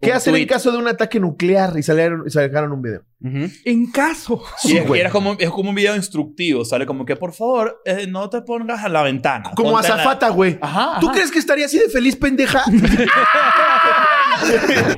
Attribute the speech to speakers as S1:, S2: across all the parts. S1: ¿Qué
S2: Un
S1: hacer
S2: tuit.
S1: en caso de un ataque nuclear? Y salieron, y sacaron un video.
S2: Ujú.
S3: En caso.
S2: Y es,
S1: güey.
S2: y era como, es como un video instructivo, sale como que por favor eh, no te pongas a la ventana.
S1: Como
S2: Ponte en la-
S1: azafata, güey.
S2: Ajá, ajá.
S1: ¿Tú crees que estaría así de feliz, pendeja?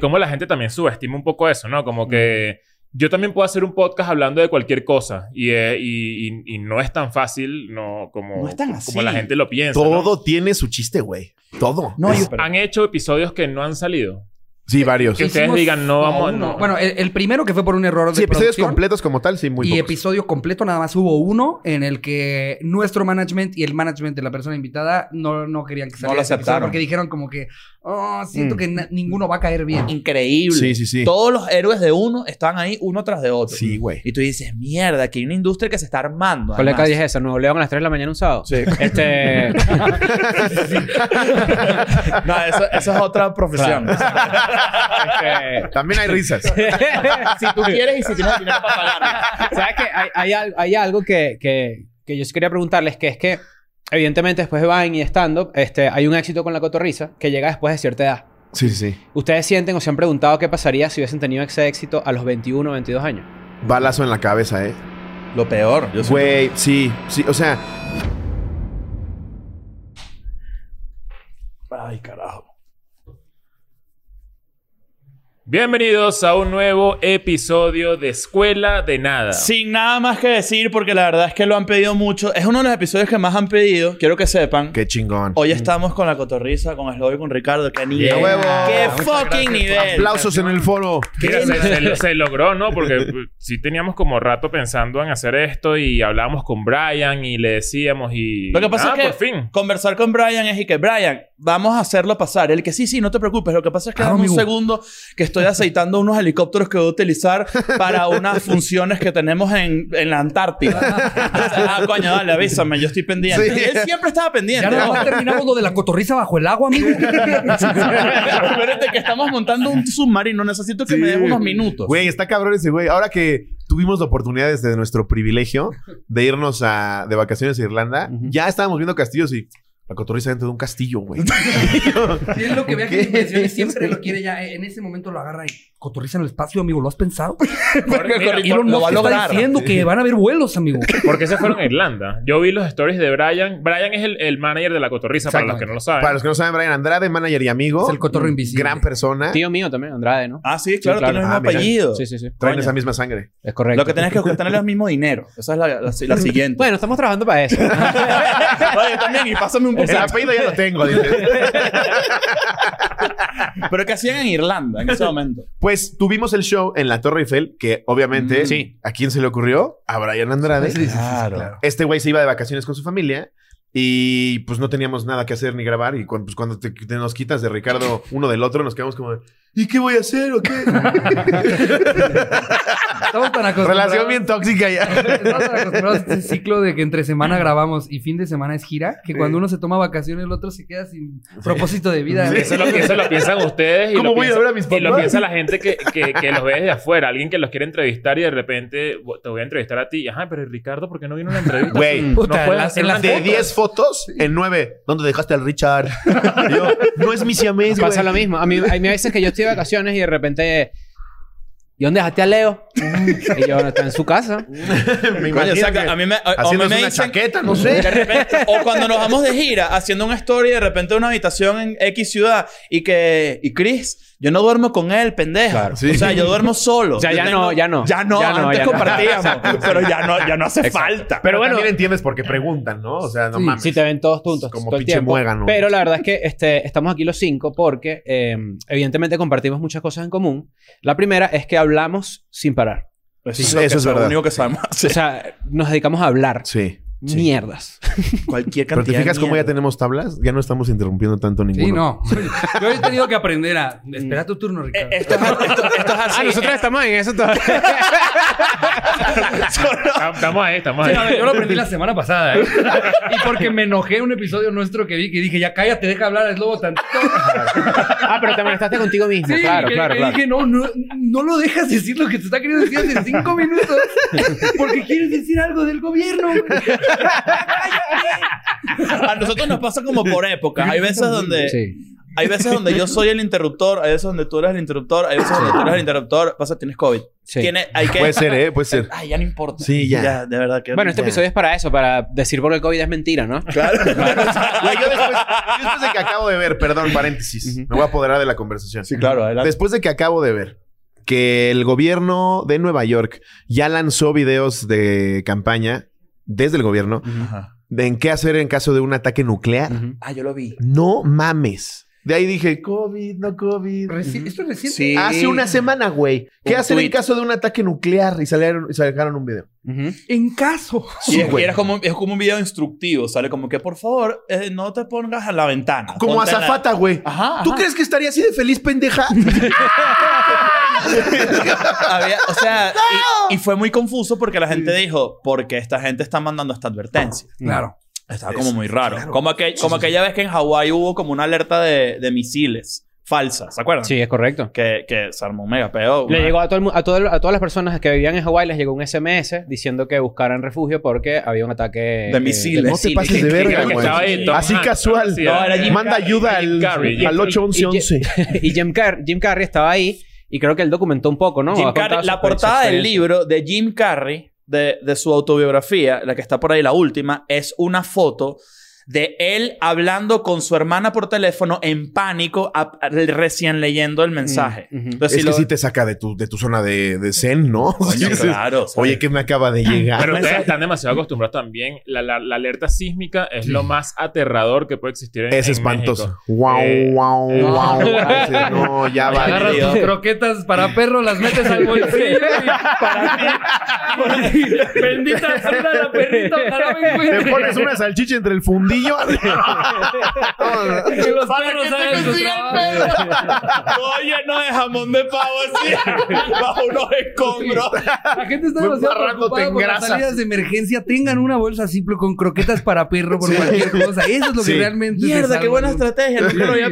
S4: Como la gente también subestima un poco eso, ¿no? Como que yo también puedo hacer un podcast hablando de cualquier cosa y, eh, y, y- y no es tan fácil no, como,
S2: No es tan así.
S4: como la gente lo piensa. ¿no?
S1: Todo tiene su chiste, güey. Todo.
S2: No, yo-
S4: Han hecho episodios que no han salido.
S1: Sí, varios.
S4: Que ustedes
S3: Hicimos
S4: digan, no vamos.
S3: uno.
S4: No.
S3: Bueno, el, el primero que fue por un error de
S1: Sí, episodios
S3: producción.
S1: completos como tal, sí, muy
S3: y
S1: pocos.
S3: episodio completo, nada más hubo uno en el que nuestro management y el management de la persona invitada no, no querían que
S2: No
S3: saliera
S2: lo
S3: ese episodio
S2: aceptaron.
S3: porque dijeron como que "Oh, siento
S1: Mm.
S3: que na- ninguno va a caer bien.
S2: Increíble.
S1: Sí, sí, sí.
S2: Todos los héroes de uno están ahí uno tras de otro.
S1: Sí, güey.
S2: Y tú dices, mierda, aquí hay una industria que se está armando.
S5: ¿Cuál de
S2: además".
S5: calle es esa? ¿Nuevo León a las 3 de la mañana un sábado?
S2: Sí.
S5: Este...
S2: No, eso, eso es otra profesión.
S5: este...
S1: También hay risas.
S2: si tú quieres y si tienes dinero para pagarlo.
S5: ¿Sabes qué? Hay, hay al- hay algo que, que, que yo sí quería preguntarles, que es que, evidentemente, después de Vine y stand-up, este, hay un éxito con la cotorriza que llega después de cierta edad.
S1: Sí, sí, sí.
S5: ¿Ustedes sienten o se han preguntado qué pasaría si hubiesen tenido ese éxito a los 21 o 22 años?
S1: Balazo en la cabeza, eh.
S2: Lo peor. Yo soy-
S1: Güey, sí, sí. O sea,
S2: Ay, carajo.
S4: Bienvenidos a un nuevo episodio de Escuela de Nada.
S2: Sin nada más que decir, porque la verdad es que lo han pedido mucho. Es uno de los episodios que más han pedido. Quiero que sepan.
S1: qué chingón.
S2: Hoy estamos con la cotorriza, con Slobo y con Ricardo. ¡Qué nivel!
S4: ¡A
S1: huevo!
S2: ¡Qué
S1: Muchas
S2: fucking nivel!
S1: Aplausos en el foro.
S4: Mira, se, se- se logró, ¿no? Porque eh, sí teníamos como rato pensando en hacer esto y hablábamos con Brian y le decíamos y...
S2: Lo que pasa
S4: nada,
S2: es que
S4: por fin.
S2: conversar con Brian es y que, Brian, vamos a hacerlo pasar. Él que sí, sí, no te preocupes. Lo que pasa es que
S1: Ah,
S3: Claro,
S2: dame un
S3: amigo.
S2: segundo que estoy aceitando unos helicópteros que voy a utilizar para unas funciones que tenemos en, en la Antártida. O sea, ah, coño, dale, avísame, yo estoy pendiente.
S1: Sí.
S2: Y Él siempre estaba pendiente.
S3: Ya nada más terminamos lo de la cotorriza bajo el agua, amigo.
S2: Espérate que estamos montando un submarino. Necesito que me des unos minutos.
S1: Güey, está cabrón ese güey. Ahora que tuvimos la oportunidad desde nuestro privilegio de irnos a, de vacaciones a Irlanda, ya estábamos viendo castillos y la cotorriza dentro de un castillo, güey.
S3: Sí, es lo que vea que
S1: ¿Qué?
S3: impresiones siempre lo quiere ya. eh, En ese momento lo agarra y cotorriza en el espacio, amigo. ¿Lo has pensado?
S4: Porque, mira,
S2: Correcto. Lo va a
S3: Musk está
S2: lograr.
S3: diciendo que van a haber vuelos, amigo.
S4: ¿por qué se fueron a Irlanda? Yo vi los stories de Brian. Brian es el, el manager de la cotorriza, para los que no lo saben.
S1: Para los que no saben, Brian Andrade, manager y amigo.
S3: Es el cotorro invisible.
S1: Gran persona.
S5: Tío mío también, Andrade, ¿no?
S2: Ah, sí, claro,
S5: Sí, claro.
S2: tiene el mismo
S1: Ah, mira.
S2: apellido.
S5: Sí, sí, sí.
S1: Traen
S2: Coño.
S1: esa misma sangre.
S5: Es correcto.
S2: Lo que tenés que tener es el mismo dinero. Esa es la, la- la siguiente.
S5: Bueno, estamos trabajando para eso.
S2: Oye, también, y pásame un
S1: El
S2: poquito.
S1: apellido ya lo tengo. dice.
S2: Pero ¿qué hacían en Irlanda en ese momento?
S1: Pues tuvimos el show en la Torre Eiffel, que obviamente,
S5: Mm, sí.
S1: ¿a quién se le ocurrió? A Brian Andrade.
S2: Claro.
S1: Este güey se iba de vacaciones con su familia y pues no teníamos nada que hacer ni grabar. Y cuando, pues, cuando te, te nos quitas de Ricardo uno del otro, nos quedamos como, ¿y qué voy a hacer o qué?
S3: Estamos tan acostumbrados.
S1: Relación bien tóxica ya.
S3: Estamos tan acostumbrados a este ciclo de que entre semana grabamos y fin de semana es gira, que
S1: Sí.
S3: cuando uno se toma vacaciones el otro se queda sin propósito de vida.
S1: Sí.
S4: Eso lo, eso lo piensan ustedes y,
S1: ¿Cómo
S4: lo
S1: voy a
S4: piensa,
S1: ver a mis
S4: y lo
S1: papás?
S4: piensa la gente que, que- que los ve desde afuera. Alguien que los quiere entrevistar y de repente "Bu- te voy a entrevistar a ti. Y, Ajá, pero Ricardo, ¿por qué no vino a la entrevista?
S1: Güey.
S5: Mm.
S4: No
S3: Puta,
S4: pueden
S3: la-
S4: hacer
S3: en
S4: una
S3: las
S1: De
S4: entrevista.
S1: 10 fotos, en 9. ¿Dónde dejaste al Richard? Y yo, no es mi siamés, güey.
S5: Pasa lo mismo. A mí, a mí a veces que yo estoy de vacaciones y de repente... ¿Y dónde dejaste a Leo? Mm. y yo, está en su casa.
S1: Me
S2: Coño,
S1: imagino
S2: o sea, que
S1: que
S2: a mí me, a- a mí
S1: haciéndose
S2: me
S1: una
S2: dicen-
S1: chaqueta, no sé.
S2: De repente- o cuando nos vamos de gira haciendo una story de repente una habitación en X ciudad y que y Chris yo no duermo con él pendeja
S1: sí.
S2: o sea yo duermo solo
S5: O sea,
S2: Yo
S5: ya no, ya no.
S2: ya no
S5: Ya no,
S2: antes
S5: ya no.
S2: compartíamos pero ya no ya no hace falta
S1: Pero bueno. También entiendes por qué preguntan, ¿no? O sea, no
S3: Sí,
S1: mames.
S5: Sí, te ven todos juntos.
S1: Como
S5: todo el
S1: pinche
S5: tiempo.
S1: muégano.
S5: Pero la verdad es que este, estamos aquí los cinco porque, eh, evidentemente, compartimos muchas cosas en común. La primera es que hablamos sin parar.
S2: eso,
S1: Sí,
S2: lo
S1: eso
S2: que-
S1: es verdad.
S2: lo único que sabemos hacer.
S5: O sea, nos dedicamos a hablar.
S1: Sí. sí.
S5: Mierdas.
S2: cualquier
S1: Pero
S2: cantidad
S1: te fijas
S2: de
S1: cómo ya
S2: mierda.
S1: tenemos tablas, ya no estamos interrumpiendo tanto ninguno.
S3: Sí, no. Yo he tenido que aprender a. Espera tu turno, Ricardo.
S2: Eh, esto, esto- esto es así
S5: ah, nosotros estamos en eso todavía.
S4: Estamos- Estamos ahí, estamos
S3: Sí,
S4: ahí.
S3: a ver, yo lo aprendí la semana pasada, ¿eh? Y porque me enojé en un episodio nuestro que vi que dije, ya cállate, deja hablar al lobo tantito.
S5: ah, pero te molestaste contigo mismo.
S3: Sí,
S5: claro,
S3: que,
S5: claro,
S3: que
S5: claro.
S3: dije, no, no, no lo dejas decir lo que te está queriendo decir hace cinco minutos porque quieres decir algo del gobierno.
S2: a nosotros nos pasa como por épocas hay veces donde
S5: Sí.
S2: Hay veces donde yo soy el interruptor, hay veces donde tú eres el interruptor, hay veces donde tú eres el interruptor. Pasa, tienes COVID.
S5: Sí.
S2: Tiene, hay que...
S1: Puede ser, ¿eh? Puede ser.
S2: Ay, ya no importa.
S1: Sí, ya.
S2: de verdad que...
S5: Bueno, este
S1: Ya.
S5: episodio es para eso, para decir por qué el COVID es mentira, ¿no?
S2: Claro.
S1: Güey, yo, después, yo después de que acabo de ver, perdón, paréntesis, me voy a apoderar de la conversación.
S2: sí, claro. Adelante.
S1: Después de que acabo de ver que el gobierno de Nueva York ya lanzó videos de campaña desde el gobierno
S2: Ajá.
S1: de en qué hacer en caso de un ataque nuclear.
S2: Ah, yo lo vi.
S1: No mames. De ahí dije, COVID, no COVID.
S3: Reci- ¿Esto es reciente?
S5: Sí.
S1: Hace una semana, güey. ¿Qué
S2: Un
S1: hacer en
S2: tuit.
S1: caso de un ataque nuclear? Y salieron, y sacaron un video.
S5: Ujú.
S3: En caso.
S2: Sí,
S1: Sí,
S2: es,
S1: güey.
S2: era como, es como un video instructivo, sale como que por favor eh, no te pongas a la ventana.
S1: Como
S2: Ponte en la-
S1: azafata, güey.
S2: Ah, Ajá.
S1: ¿Tú
S2: ajá.
S1: crees que estaría así de feliz, pendeja?
S2: Había- o sea, y, y fue muy confuso porque la gente dijo, porque esta gente está mandando esta advertencia.
S3: Claro.
S2: Estaba como muy raro. Como, aquel- como aquella vez que en Hawái hubo como una alerta de, de misiles falsa, ¿se acuerdan?
S5: Sí, es correcto.
S2: Que, que se armó un mega peo.
S5: Le
S2: una-
S5: llegó a, todo el mu- a, todo el- a todas las personas que vivían en Hawái, les llegó un SMS diciendo que buscaran refugio porque había un ataque...
S2: De
S5: eh,
S2: misiles.
S1: No te pases de
S5: sí,
S1: verga,
S5: creo que
S1: güey.
S5: estaba ahí
S4: Tom
S1: Así
S4: Hanks,
S1: casual.
S4: sí, era-
S2: No, era Jim
S1: Manda ayuda al,
S4: Carrey.
S1: al 81111.
S5: y Jim, Car- Jim Carrey estaba ahí y creo que él documentó un poco, ¿no?
S2: Jim
S5: Ha contado
S2: Carrey-
S5: su-
S2: la
S5: su
S2: portada del
S5: experiencia.
S2: libro de Jim Carrey, de, de su autobiografía, la que está por ahí, la última, es una foto de él hablando con su hermana por teléfono en pánico, a- a- recién leyendo el mensaje.
S5: Mm, ujú.
S2: Entonces,
S1: Mm, es
S2: si
S1: que
S2: lo-
S1: sí te saca de tu, de tu zona de, de zen, ¿no? Sí,
S2: Coño,
S1: dices,
S2: claro. o sea,
S1: Oye, que me acaba de llegar.
S4: Pero ustedes
S2: Mensaje.
S4: están demasiado acostumbrados también. La, la- la alerta sísmica es lo más aterrador que puede existir en
S1: es
S4: en
S1: espantoso.
S4: México.
S1: Wow,
S4: Eh,
S1: wow,
S4: eh.
S1: wow. Dices, No, ya
S2: Ay,
S1: va.
S2: agarra-
S6: Agarras
S2: Dios.
S6: tus croquetas para perro, las metes al bolsillo y para ti. Para ti. Bendita sea la perrita, ojalá me encuentre.
S1: Te pones una salchicha entre el fundillo.
S6: Que los perros hagan su trabajo.
S2: Oye, no es jamón de pavo así, bajo unos escombros.
S6: La gente está
S1: Buen
S6: demasiado
S1: barranco te
S6: preocupada por las
S1: engrasas.
S6: salidas.
S3: Salidas de emergencia, tengan una bolsa simple con croquetas para perro por cualquier cosa. Eso es lo que
S1: Sí.
S3: realmente te
S2: Mierda,
S3: salva,
S2: qué buena
S3: ¿no?
S2: estrategia, nunca lo había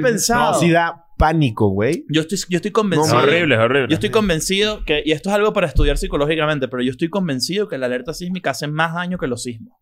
S2: pensado.
S1: no, sí da pánico, güey.
S2: Yo estoy, yo estoy
S4: Es
S2: convencido.
S1: No,
S4: horrible, es horrible.
S2: Yo estoy convencido que, y esto es algo para estudiar psicológicamente, pero yo estoy convencido que la alerta sísmica hace más daño que los sismos.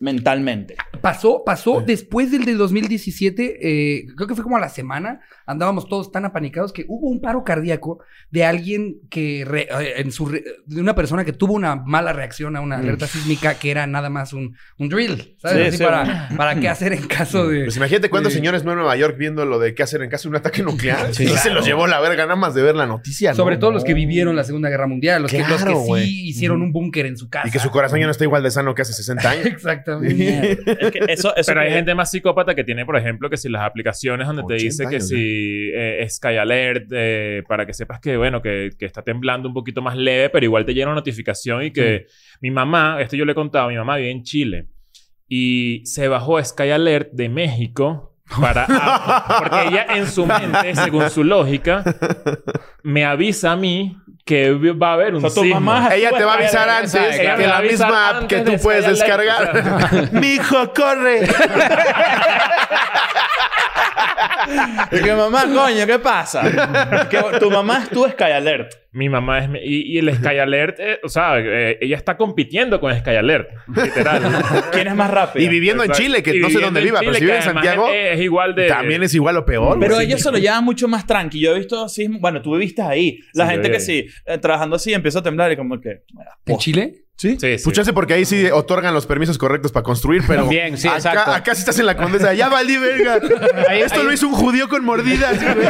S2: Mentalmente.
S3: Pasó, pasó después del de 2017, eh, creo que fue como a la semana, andábamos todos tan apanicados que hubo un paro cardíaco de alguien que, re- eh, en su re- de una persona que tuvo una mala reacción a una
S1: Mm.
S3: alerta sísmica que era nada más un, un drill, ¿sabes?
S2: Sí,
S3: Así
S2: sí,
S3: para, para qué hacer en caso de...
S1: Pues imagínate cuántos
S3: Sí.
S1: señores no en Nueva York viendo lo de qué hacer en caso de un ataque nuclear. Sí, se los llevó la verga nada más de ver la noticia. ¿no?
S3: Sobre todo los que vivieron la Segunda Guerra Mundial, los, que, los que
S1: Claro,
S3: sí
S1: güey. Mm.
S3: hicieron un búnker en su casa.
S1: Y que su corazón ya no está igual de sano que hace 60 años.
S3: Exactamente.
S2: Es que eso, eso
S4: Pero hay
S2: que-
S4: gente más psicópata que tiene, por ejemplo, que si las aplicaciones donde te
S1: 80
S4: dice que
S1: años,
S4: si eh, Sky Alert, eh, para que sepas que, bueno, que, que está temblando un poquito más leve, pero igual te llega una notificación y que mi mamá, esto yo le he contado, mi mamá vive en Chile y se bajó Sky Alert de México para... porque ella en su mente, según su lógica, me avisa a mí que va a haber un
S2: O sea, tu
S4: sismo.
S2: mamá-
S1: Ella te va a avisar
S4: Ella
S1: antes
S4: me va a
S1: que la
S4: avisar
S1: misma app
S4: antes
S1: que tú
S4: de
S1: puedes
S4: Sky Alert.
S1: descargar. ¡Mijo, corre!
S2: Y que mamá, coño, ¿qué pasa? Que tu mamá es tu Sky Alert.
S4: Mi mamá es... mi- Y, y el Sky Alert, eh, o sea, eh, ella está compitiendo con Sky Alert, literal.
S2: ¿Quién es más rápido?
S1: Y viviendo en
S4: Exacto.
S1: Chile, que
S4: Y
S1: no sé dónde
S4: viviendo en
S1: viva, pero
S4: Chile,
S1: si vive en
S4: que además
S1: Santiago,
S4: Es, es igual de...
S1: también es igual o peor.
S2: Pero
S1: güey.
S2: ellos se lo llevan mucho más tranqui. Yo he visto sismos... Bueno, tú viviste ahí. La
S4: Sí,
S2: gente
S4: yo
S2: que
S4: viví
S2: sí, eh, trabajando así, empieza a temblar y como que...
S3: ¿En Chile?
S4: Sí, sí.
S1: Puchase porque ahí sí otorgan los permisos correctos para construir, pero
S5: También, sí, exacto.
S1: acá, acá sí estás en la condesa. Ya valí, verga.
S5: Ahí-
S1: Esto
S5: ahí-
S1: lo hizo un judío con mordidas. güey.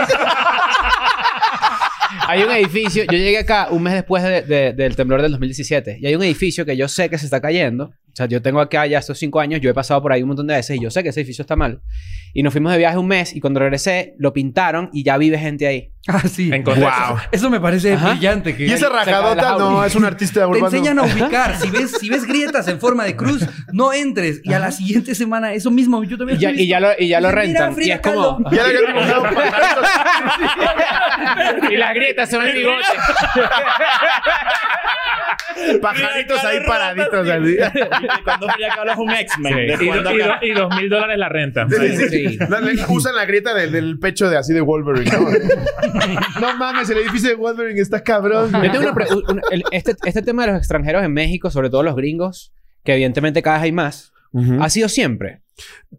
S5: Hay un edificio, yo llegué acá un mes después de- de- del temblor del 2017 y hay un edificio que yo sé que se está cayendo. O sea, yo tengo acá ya estos cinco años, yo he pasado por ahí un montón de veces y yo sé que ese edificio está mal. Y nos fuimos de viaje un mes y cuando regresé lo pintaron y ya vive gente ahí.
S3: Ah, sí.
S4: En contexto.
S1: wow.
S3: Eso me parece
S5: Ajá.
S3: brillante. Que
S1: Y esa rajadota, no, es un artista
S3: Te
S1: urbano.
S3: enseñan a ubicar. Si ves, si ves grietas en forma de cruz, no entres. Y a la siguiente semana, eso mismo. Yo
S5: Y
S3: también
S5: ya,
S3: he visto.
S5: y ya lo, y ya lo
S3: Mira,
S5: rentan. Y
S3: Frida
S5: es como...
S3: Kahlo.
S1: Ya le habían dibujado un pajarito.
S5: y las grietas son el bigote.
S1: pajaritos ahí paraditos. Así.
S2: Y cuando ya que hablas un X-Men.
S4: Sí.
S2: de
S4: Y,
S2: cuando
S4: do- y
S2: acá-
S4: do- y dos mil dólares la renta. Ah,
S1: Sí, sí,
S5: Sí.
S1: sí. La- le- usan la grieta del, del pecho de así de Wolverine. ¿no? no mames, el edificio de Wolverine está cabrón.
S5: Yo tengo una pre- un- un- el- este, este tema de los extranjeros en México, sobre todo los gringos, que evidentemente cada vez hay más,
S1: Ujú.
S5: ha sido siempre.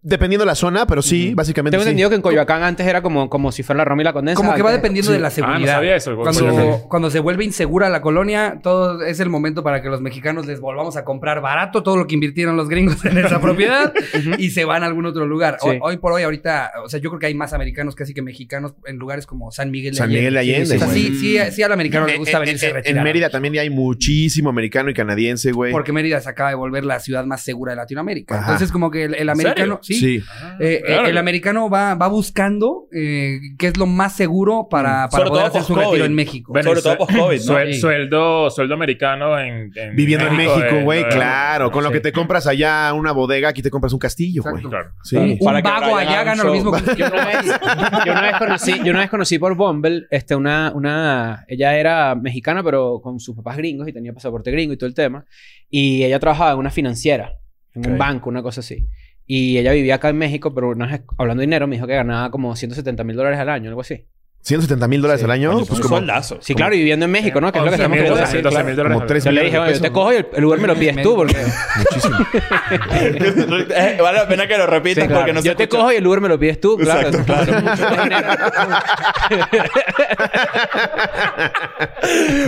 S1: Dependiendo la zona, pero sí, básicamente.
S5: Tengo
S1: sí.
S5: entendido que en Coyoacán antes era como, como si fuera la Roma y la condensa.
S3: Como que va
S5: antes-
S3: dependiendo de
S1: Ah,
S3: la seguridad.
S4: sabía eso, güey.
S3: Cuando, cuando se vuelve insegura la colonia, todo es el momento para que los mexicanos les volvamos a comprar barato todo lo que invirtieron los gringos en esa propiedad y se van a algún otro lugar. Hoy-
S5: Sí.
S3: Hoy por hoy, ahorita, o sea, yo creo que hay más americanos casi que mexicanos en lugares como San Miguel de
S1: San
S3: Allende.
S1: Miguel de Allende,
S3: O sea,
S1: güey.
S3: sí, sí, sí al americano le gusta
S1: En-
S3: venirse a
S1: en-
S3: retirar.
S1: En Mérida también ya hay muchísimo americano y canadiense, güey.
S3: Porque Mérida se acaba de volver la ciudad más segura de Latinoamérica.
S1: Ajá.
S3: Entonces, como que el, el americano. Sí.
S1: Sí.
S3: Eh, eh, el americano va, va buscando eh, qué es lo más seguro para,
S1: Mm.
S3: para
S2: Sobre
S3: poder
S2: todo
S3: hacer su
S2: post-COVID.
S3: retiro en México.
S4: Bueno,
S2: Sobre
S4: y
S2: todo
S4: suel-
S2: post-COVID, ¿no?
S4: suel-
S3: Sí.
S4: sueldo, sueldo americano en, en
S1: Viviendo en México,
S4: eh,
S1: güey,
S4: eh,
S1: claro. Con lo
S4: sí.
S1: que te compras allá una bodega, aquí te compras un castillo, güey.
S3: Exacto.
S4: Claro.
S1: Sí.
S3: Un
S2: Para que
S3: vago
S2: Brian
S3: allá
S2: haga
S3: gana
S2: un
S3: lo
S2: show.
S3: mismo que
S5: Yo una vez, yo una vez conocí, yo una vez conocí por Bumble, este, una, una, ella era mexicana, pero con sus papás gringos y tenía pasaporte gringo y todo el tema. Y ella trabajaba en una financiera, en un
S1: Ok.
S5: banco, una cosa así. Y ella vivía acá en México, pero una vez, hablando de dinero, me dijo que ganaba como 170 mil dólares al año, algo así.
S1: 170 mil dólares
S5: Sí.
S1: al año,
S2: Coño,
S1: pues
S2: un
S1: como,
S2: soldazo.
S5: Sí, claro, y viviendo en México, ¿no? Que es lo
S4: 11
S5: que estamos
S4: mil
S5: queriendo
S4: dólares,
S5: decir.
S4: 12
S5: claro.
S4: mil dólares.
S1: Como tres
S5: Yo le dije,
S1: millones
S5: bueno,
S1: de
S5: yo te
S1: pesos, ¿no?
S5: cojo y el, el Uber me lo pides tú, porque...
S1: muchísimo.
S2: Eh, vale la pena que lo repitas
S5: Sí, claro.
S2: porque no se
S5: Yo te
S2: escucha.
S5: cojo y el Uber me lo pides tú, claro.
S1: Exacto,
S5: Eso es mucho dinero.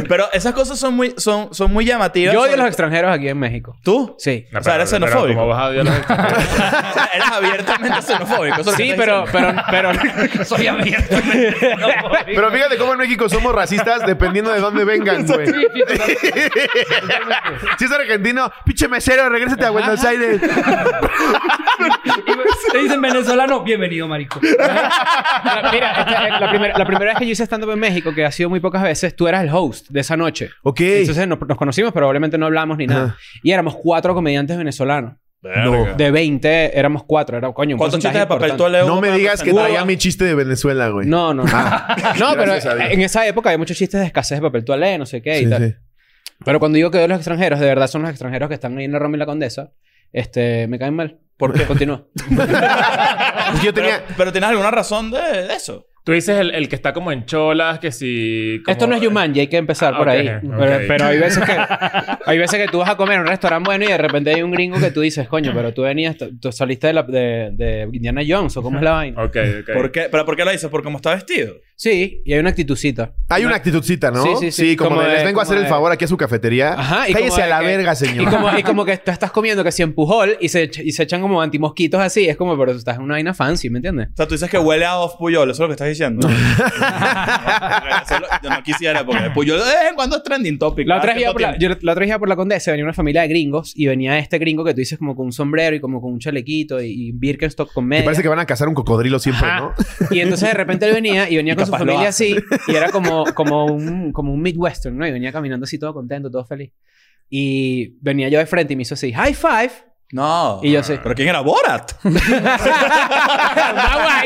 S2: Pero esas cosas son muy, son, son muy llamativas.
S5: Yo odio a los
S2: Sobre-
S5: extranjeros aquí en México.
S2: ¿Tú?
S5: Sí.
S4: No,
S2: O sea, eres
S4: pero- pero
S2: xenofóbico.
S4: ¿cómo vas a odiar a los extranjeros?
S2: O sea, Eres abiertamente xenofóbico. eso es lo que
S5: Sí,
S2: estás
S5: pero,
S2: diciendo.
S5: pero, pero,
S6: Soy abierto.
S1: Pero fíjate cómo en México somos racistas dependiendo de dónde vengan, güey. si es argentino, pinche mesero, regrésate a Buenos Aires.
S6: Te dicen venezolano, bienvenido, marico.
S5: mira, esta- la, primera- la primera vez que yo hice stand-up en México, que ha sido muy pocas veces, tú eras el host de esa noche.
S1: Ok.
S5: Entonces nos, nos conocimos, pero obviamente no hablamos ni nada.
S1: Ajá.
S5: Y éramos cuatro comediantes venezolanos.
S1: No.
S5: De 20 éramos cuatro. Era, coño, un
S2: ¿Cuántos
S5: porcentaje
S2: chistes de papel tú
S5: importante.
S2: le
S1: No me digas que
S2: Hubo-
S1: traía mi chiste de Venezuela, güey.
S5: No, no, no. no, pero
S1: Gracias a Dios.
S5: en esa época había muchos chistes de escasez de papel toalé, no sé qué y
S1: Sí,
S5: tal.
S1: sí.
S5: Pero cuando digo que odio a los extranjeros, de verdad son los extranjeros que están ahí en la Roma y la Condesa. Este, me caen mal. ¿Por qué? Continúa.
S1: Es que yo tenía.
S2: Pero, pero tienes alguna razón de, de eso.
S4: Tú dices el, el que está como en cholas, que si... como-
S5: Esto no es Yumanji, hay que empezar
S4: Ah,
S5: por
S4: ok,
S5: ahí.
S4: ok.
S5: Pero, pero hay veces que hay veces que tú vas a comer en un restaurante bueno y de repente hay un gringo que tú dices, coño, pero tú venías, tú tú saliste de, la- de- de Indiana Jones o cómo es la vaina.
S4: Ok, ok.
S2: ¿Por qué? ¿Pero por qué lo dices? ¿Por cómo está vestido?
S5: Sí, y hay una actitudcita.
S1: Hay una actitudcita, ¿no?
S5: Sí, sí, sí.
S1: como,
S5: Como
S1: de,
S5: de-
S1: les vengo a
S5: como
S1: hacer el
S5: de-
S1: favor aquí a su cafetería.
S5: Ajá, y como
S1: Cállese
S5: de
S1: a la
S5: que-
S1: verga,
S5: Y
S1: señor.
S5: como, y como que tú estás comiendo que si empujol y se, echa- y se echan como antimosquitos así, es como, pero tú estás en una vaina fancy, ¿me entiendes?
S2: O sea, tú dices que huele a off Puyol. Eso es lo que estás diciendo. No, eso lo- yo no quisiera porque Puyol de vez en cuando es trending topic.
S5: La
S2: cada
S5: otra, vez iba
S2: cierto
S5: por la,
S2: tiempo.
S5: yo la- la otra vez iba por la Condesa, venía una familia de gringos y venía este gringo que tú dices como con un sombrero y como con un chalequito y, y Birkenstock con
S1: Me
S5: media.
S1: parece que van a cazar un cocodrilo siempre,
S5: Ajá.
S1: ¿no?
S5: Y entonces de repente él venía y venía
S2: Y
S5: con su
S2: capaz lo
S5: familia
S2: hace.
S5: así y era como, como, un, como un Midwestern, ¿no? Y venía caminando así todo contento, todo feliz. Y venía yo de frente y me hizo así, high five.
S2: No.
S5: Y yo sí.
S2: ¿Pero quién era Borat?
S5: Una guay.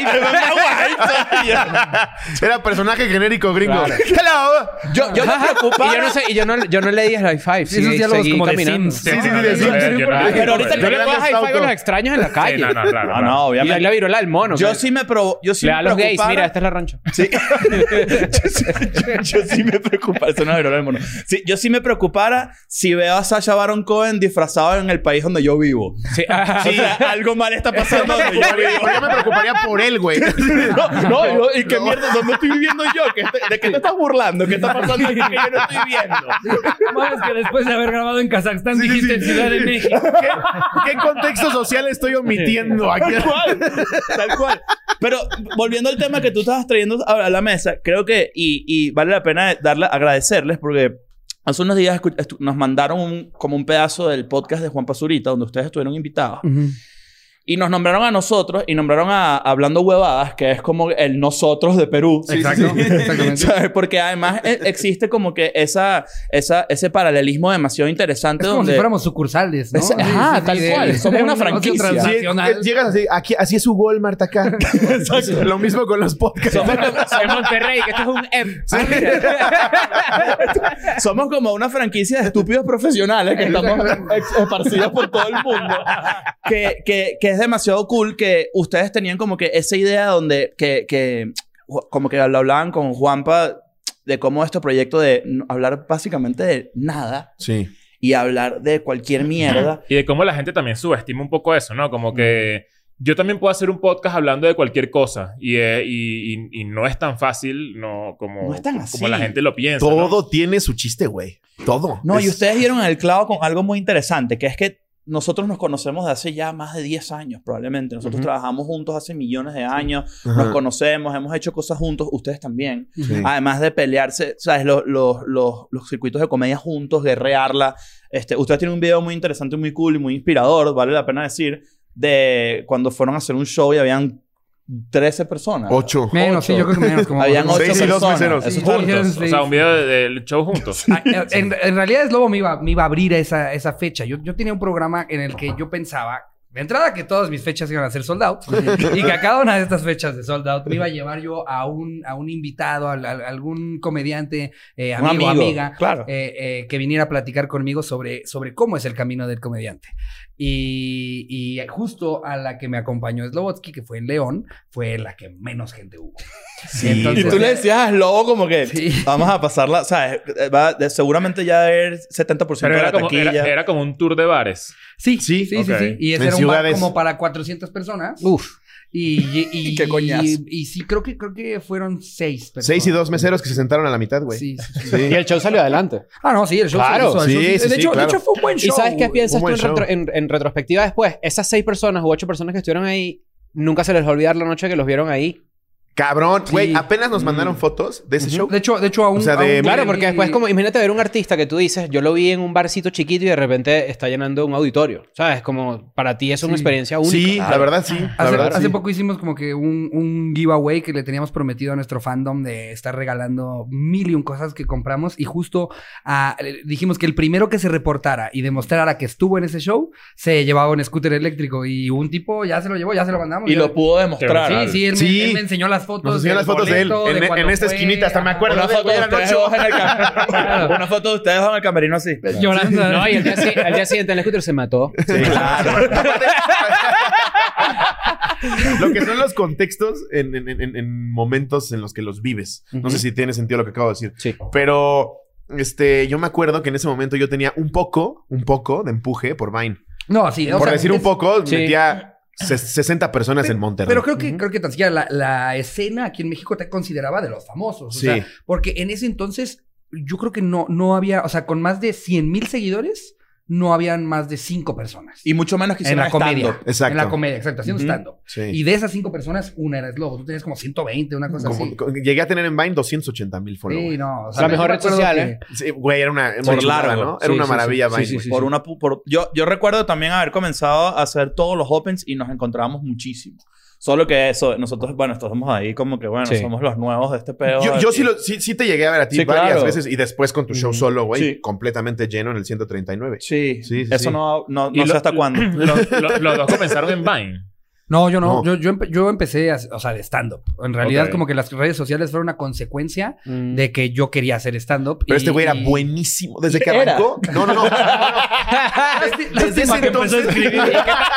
S1: Era personaje genérico gringo.
S5: Claro.
S1: ¡Hello!
S2: yo, yo me preocupaba.
S5: Y yo no sé, y yo no, yo no le di el high five.
S3: Esos diálogos
S5: seguí
S3: como de
S5: caminando.
S3: Sims.
S1: Sí, sí, sí,
S4: no,
S1: de
S4: no,
S1: Sims.
S4: no, yo no-
S2: Pero ahorita
S4: yo
S5: Yo
S4: no-
S5: le
S1: Gran
S5: daba high five a
S1: salto.
S5: los extraños en la calle.
S4: Sí, no, no, claro,
S2: Ah,
S4: claro.
S2: no,
S5: Y ahí la
S2: obviamente.
S5: virola del mono.
S2: Yo
S5: que-
S2: sí me provo... Yo sí
S5: Le
S2: me
S5: da a los gays,
S2: preocupaba-
S5: mira, esta es la rancho.
S2: Sí. yo, sí- yo- yo sí me preocupara. Eso no es verdad, mono. Sí, yo sí me preocupara si veo a Sasha Baron Cohen disfrazado en el país donde yo vivo.
S5: Sí, ajá.
S2: O sea, algo mal está pasando donde yo
S1: Pero yo me preocuparía por él, güey.
S2: vivo. No, no, yo- y qué mierda, ¿dónde estoy viviendo yo? ¿Qué te- ¿De qué te estás burlando? ¿Qué está pasando aquí que yo no estoy viendo?
S6: Mames que después de haber grabado en Kazajstán
S1: Sí, sí,
S6: dijiste
S1: sí.
S6: en Ciudad de México.
S1: ¿Qué, qué contexto social estoy omitiendo aquí?
S2: Tal cual, tal cual. Pero volviendo al tema que tú estabas trayendo a a la mesa, creo que, y, y vale la pena darle, agradecerles porque hace unos días escu- estu- nos mandaron un- como un pedazo del podcast de Juan Pazurita, donde ustedes estuvieron invitados.
S3: Mm.
S2: Y nos nombraron a nosotros y nombraron a Hablando Huevadas, que es como el nosotros de Perú.
S3: Exacto. Exactamente.
S2: ¿Sabes? Porque además eh, existe como que esa, esa, ese paralelismo demasiado interesante
S3: Es como
S2: donde...
S3: si fuéramos sucursales, ¿no?
S2: Es- ajá, tal cual. Somos una franquicia.
S1: Sí,
S3: transnacional.
S1: llegas así, aquí, así es su gol, Marta, acá. Lo mismo con los podcasts.
S2: somos, como-
S5: En Monterrey, que esto es un E Ah, M.
S2: somos como una franquicia de estúpidos profesionales que estamos ex-
S5: eh,
S2: esparcidos por todo el mundo. Que, que, que es demasiado cool que ustedes tenían como que esa idea donde... Que, que, como que lo hablaban con Juanpa de cómo este proyecto de no- hablar básicamente de nada
S1: Sí.
S2: y hablar de cualquier mierda.
S4: Y de cómo la gente también subestima un poco eso, ¿no? Como que yo también puedo hacer un podcast hablando de cualquier cosa y, eh, y, y- y no es tan fácil no, como,
S2: No es tan así.
S4: como la gente lo piensa. ¿no?
S1: Todo tiene su chiste, güey. Todo.
S2: No, y
S1: Es-
S2: ustedes dieron el clavo con algo muy interesante, que es que nosotros nos conocemos de hace ya más de 10 años, probablemente. Nosotros
S5: Ujú.
S2: trabajamos juntos hace millones de años,
S1: Ajá.
S2: nos conocemos, hemos hecho cosas juntos, ustedes también.
S1: Sí.
S3: Ah.
S2: Además de pelearse, ¿sabes? Los, los, los, los circuitos de comedia juntos, guerrearla. Este, ustedes tienen un video muy interesante, muy cool y muy inspirador, vale la pena decir, de cuando fueron a hacer un show y habían 13 personas.
S1: Ocho.
S3: Menos, sí, yo creo que menos. Como
S2: Habían ocho
S1: Seis y dos
S2: personas.
S1: meseros.
S2: Eso
S3: Sí,
S2: juntos.
S3: dijeron
S4: O sea, un video de- del show juntos.
S3: Ah, eh, en, en realidad Slobo me iba, me iba a abrir a esa, esa fecha. Yo, yo tenía un programa en el que yo pensaba, de entrada, que todas mis fechas iban a ser sold out. y que a cada una de estas fechas de sold out me iba a llevar yo a un, a un invitado, a, a- algún comediante, eh,
S2: Un
S3: amigo,
S2: amigo,
S3: amiga,
S2: Claro.
S3: eh, eh, que viniera a platicar conmigo sobre, sobre cómo es el camino del comediante. Y, y justo a la que me acompañó Slobotsky, que fue en León, fue la que menos gente hubo.
S2: Y tú le decías a Slobo como que
S3: Sí.
S2: vamos a pasarla, ¿sabes? Eh, va- de- seguramente ya haber 70%
S4: Pero
S2: de
S4: era
S2: la
S4: como,
S2: taquilla.
S4: era, era como un tour de bares.
S3: Sí,
S1: Sí,
S3: sí, sí, sí,
S4: ok.
S3: sí. Y ese
S1: En
S3: era un bar
S1: ciudades. Uh.
S3: como para 400 personas.
S5: Uf.
S3: Y, y, y-
S2: Qué coñazo.
S3: y- y sí, creo que, creo que fueron seis personas.
S1: Seis y dos meseros que se sentaron a la mitad, güey.
S3: Sí, sí, sí.
S5: Y el show salió adelante.
S3: Ah, no, sí, el show. se
S5: Claro,
S3: hizo, el
S1: sí,
S3: show se hizo.
S1: sí,
S3: de,
S1: sí,
S3: hecho,
S1: claro.
S3: de hecho, fue un buen show.
S5: ¿Y sabes qué
S3: güey.
S5: piensas tú
S1: buen
S5: en, retro-
S1: show.
S5: en- en retrospectiva después? Esas seis personas u ocho personas que estuvieron ahí, nunca se les va a olvidar la noche que los vieron ahí.
S1: Cabrón, güey,
S3: Sí. Mm.
S1: apenas nos mandaron fotos de ese show.
S3: De hecho, de hecho aún.
S1: O sea, de-
S3: aún-
S5: Claro, porque después como, imagínate ver un artista que tú dices, yo lo vi en un barcito chiquito y de repente está llenando un auditorio. ¿Sabes? Como para ti es una
S3: Sí.
S5: experiencia única.
S1: Sí, la verdad sí. La
S3: Hace,
S1: verdad,
S3: hace
S1: sí.
S3: poco hicimos como que un, un giveaway que le teníamos prometido a nuestro fandom de estar regalando mil y un cosas que compramos y justo ah, le- dijimos que el primero que se reportara y demostrara que estuvo en ese show se llevaba un scooter eléctrico y un tipo ya se lo llevó, ya se lo mandamos.
S2: y
S3: ya-
S2: lo pudo demostrar.
S4: Qué
S3: Sí, sí, él, me-
S1: Sí.
S3: él Me, enseñó las fotos.
S1: Nos enseñó
S3: del
S1: las fotos de él.
S3: boleto,
S1: En- e-
S3: cuando
S1: en esta
S3: fue.
S1: esquinita, hasta me acuerdo.
S2: Una
S1: Bueno,
S2: foto, de
S1: güey, eran
S2: ustedes
S1: ocho.
S2: dos en el cam- Una foto de ustedes dos en el camerino así.
S3: Ajá. Llorando.
S5: No, y el día, si- al día siguiente en el scooter se mató.
S2: Sí, claro.
S1: Lo que son los contextos en, en- en- en momentos en los que los vives. No sé si tiene sentido lo que acabo de decir.
S5: Sí.
S1: Pero este, yo me acuerdo que en ese momento yo tenía un poco, un poco de empuje por Vine.
S3: No, sí. o
S1: Por
S3: sea,
S1: decir un
S3: es-
S1: poco,
S5: sí.
S1: metía se- 60 personas en Monterrey.
S3: Pero creo que, creo que tan siquiera la, la escena aquí en México te consideraba de los famosos. O
S1: Sí.
S3: sea, porque en ese entonces yo creo que no, no había, o sea, con más de 100 mil seguidores, no habían más de cinco personas.
S2: Y mucho menos que
S3: en la
S2: hicieran
S3: comedia.
S2: stand-up.
S1: Exacto.
S3: En la comedia, exacto, haciendo
S2: Ujú.
S3: stand-up.
S1: Sí.
S3: Y de esas cinco personas, una era Slobo. Tú tenías como 120, una cosa
S1: Como-
S3: así.
S1: co- llegué a tener en Vine 280 mil followers.
S3: Sí, no. o
S5: La
S3: yo me
S5: mejor red
S3: acuerdo
S5: social,
S3: que-
S5: ¿eh?
S1: Sí, güey, era una, era
S2: Por
S1: una chulada,
S2: largo.
S1: ¿no? Era
S5: Sí,
S1: una
S5: sí,
S1: maravilla
S5: sí.
S1: Vine.
S5: Sí, sí, sí.
S2: Por una pu- por- yo, yo recuerdo también haber comenzado a hacer todos los opens y nos encontrábamos muchísimo. Solo que eso, nosotros, bueno, estamos ahí como que, bueno,
S5: Sí.
S2: somos los nuevos de este pedo.
S1: Yo, yo sí,
S2: Y-
S1: lo- sí, sí te llegué a ver a ti
S2: Sí,
S1: varias
S2: claro.
S1: veces y después con tu show
S5: Ujú.
S1: solo, güey,
S2: Sí.
S1: completamente lleno en el 139.
S2: Sí,
S1: Sí, sí, sí.
S2: eso no, no,
S4: Y
S2: no sé
S4: lo-
S2: hasta cuándo.
S4: Los, los- los dos comenzaron en Vine.
S3: No, yo no.
S1: No.
S3: Yo, yo, empe- yo empecé, a- o sea, de stand-up. En realidad,
S4: Ok.
S3: como que las redes sociales fueron una consecuencia
S5: Mm.
S3: de que yo quería hacer stand-up.
S1: Pero
S3: y-
S1: este güey era
S3: y-
S1: buenísimo. Desde que
S2: Era.
S1: arrancó. No, no, no.
S3: Ah, este,
S1: Desde ese entonces.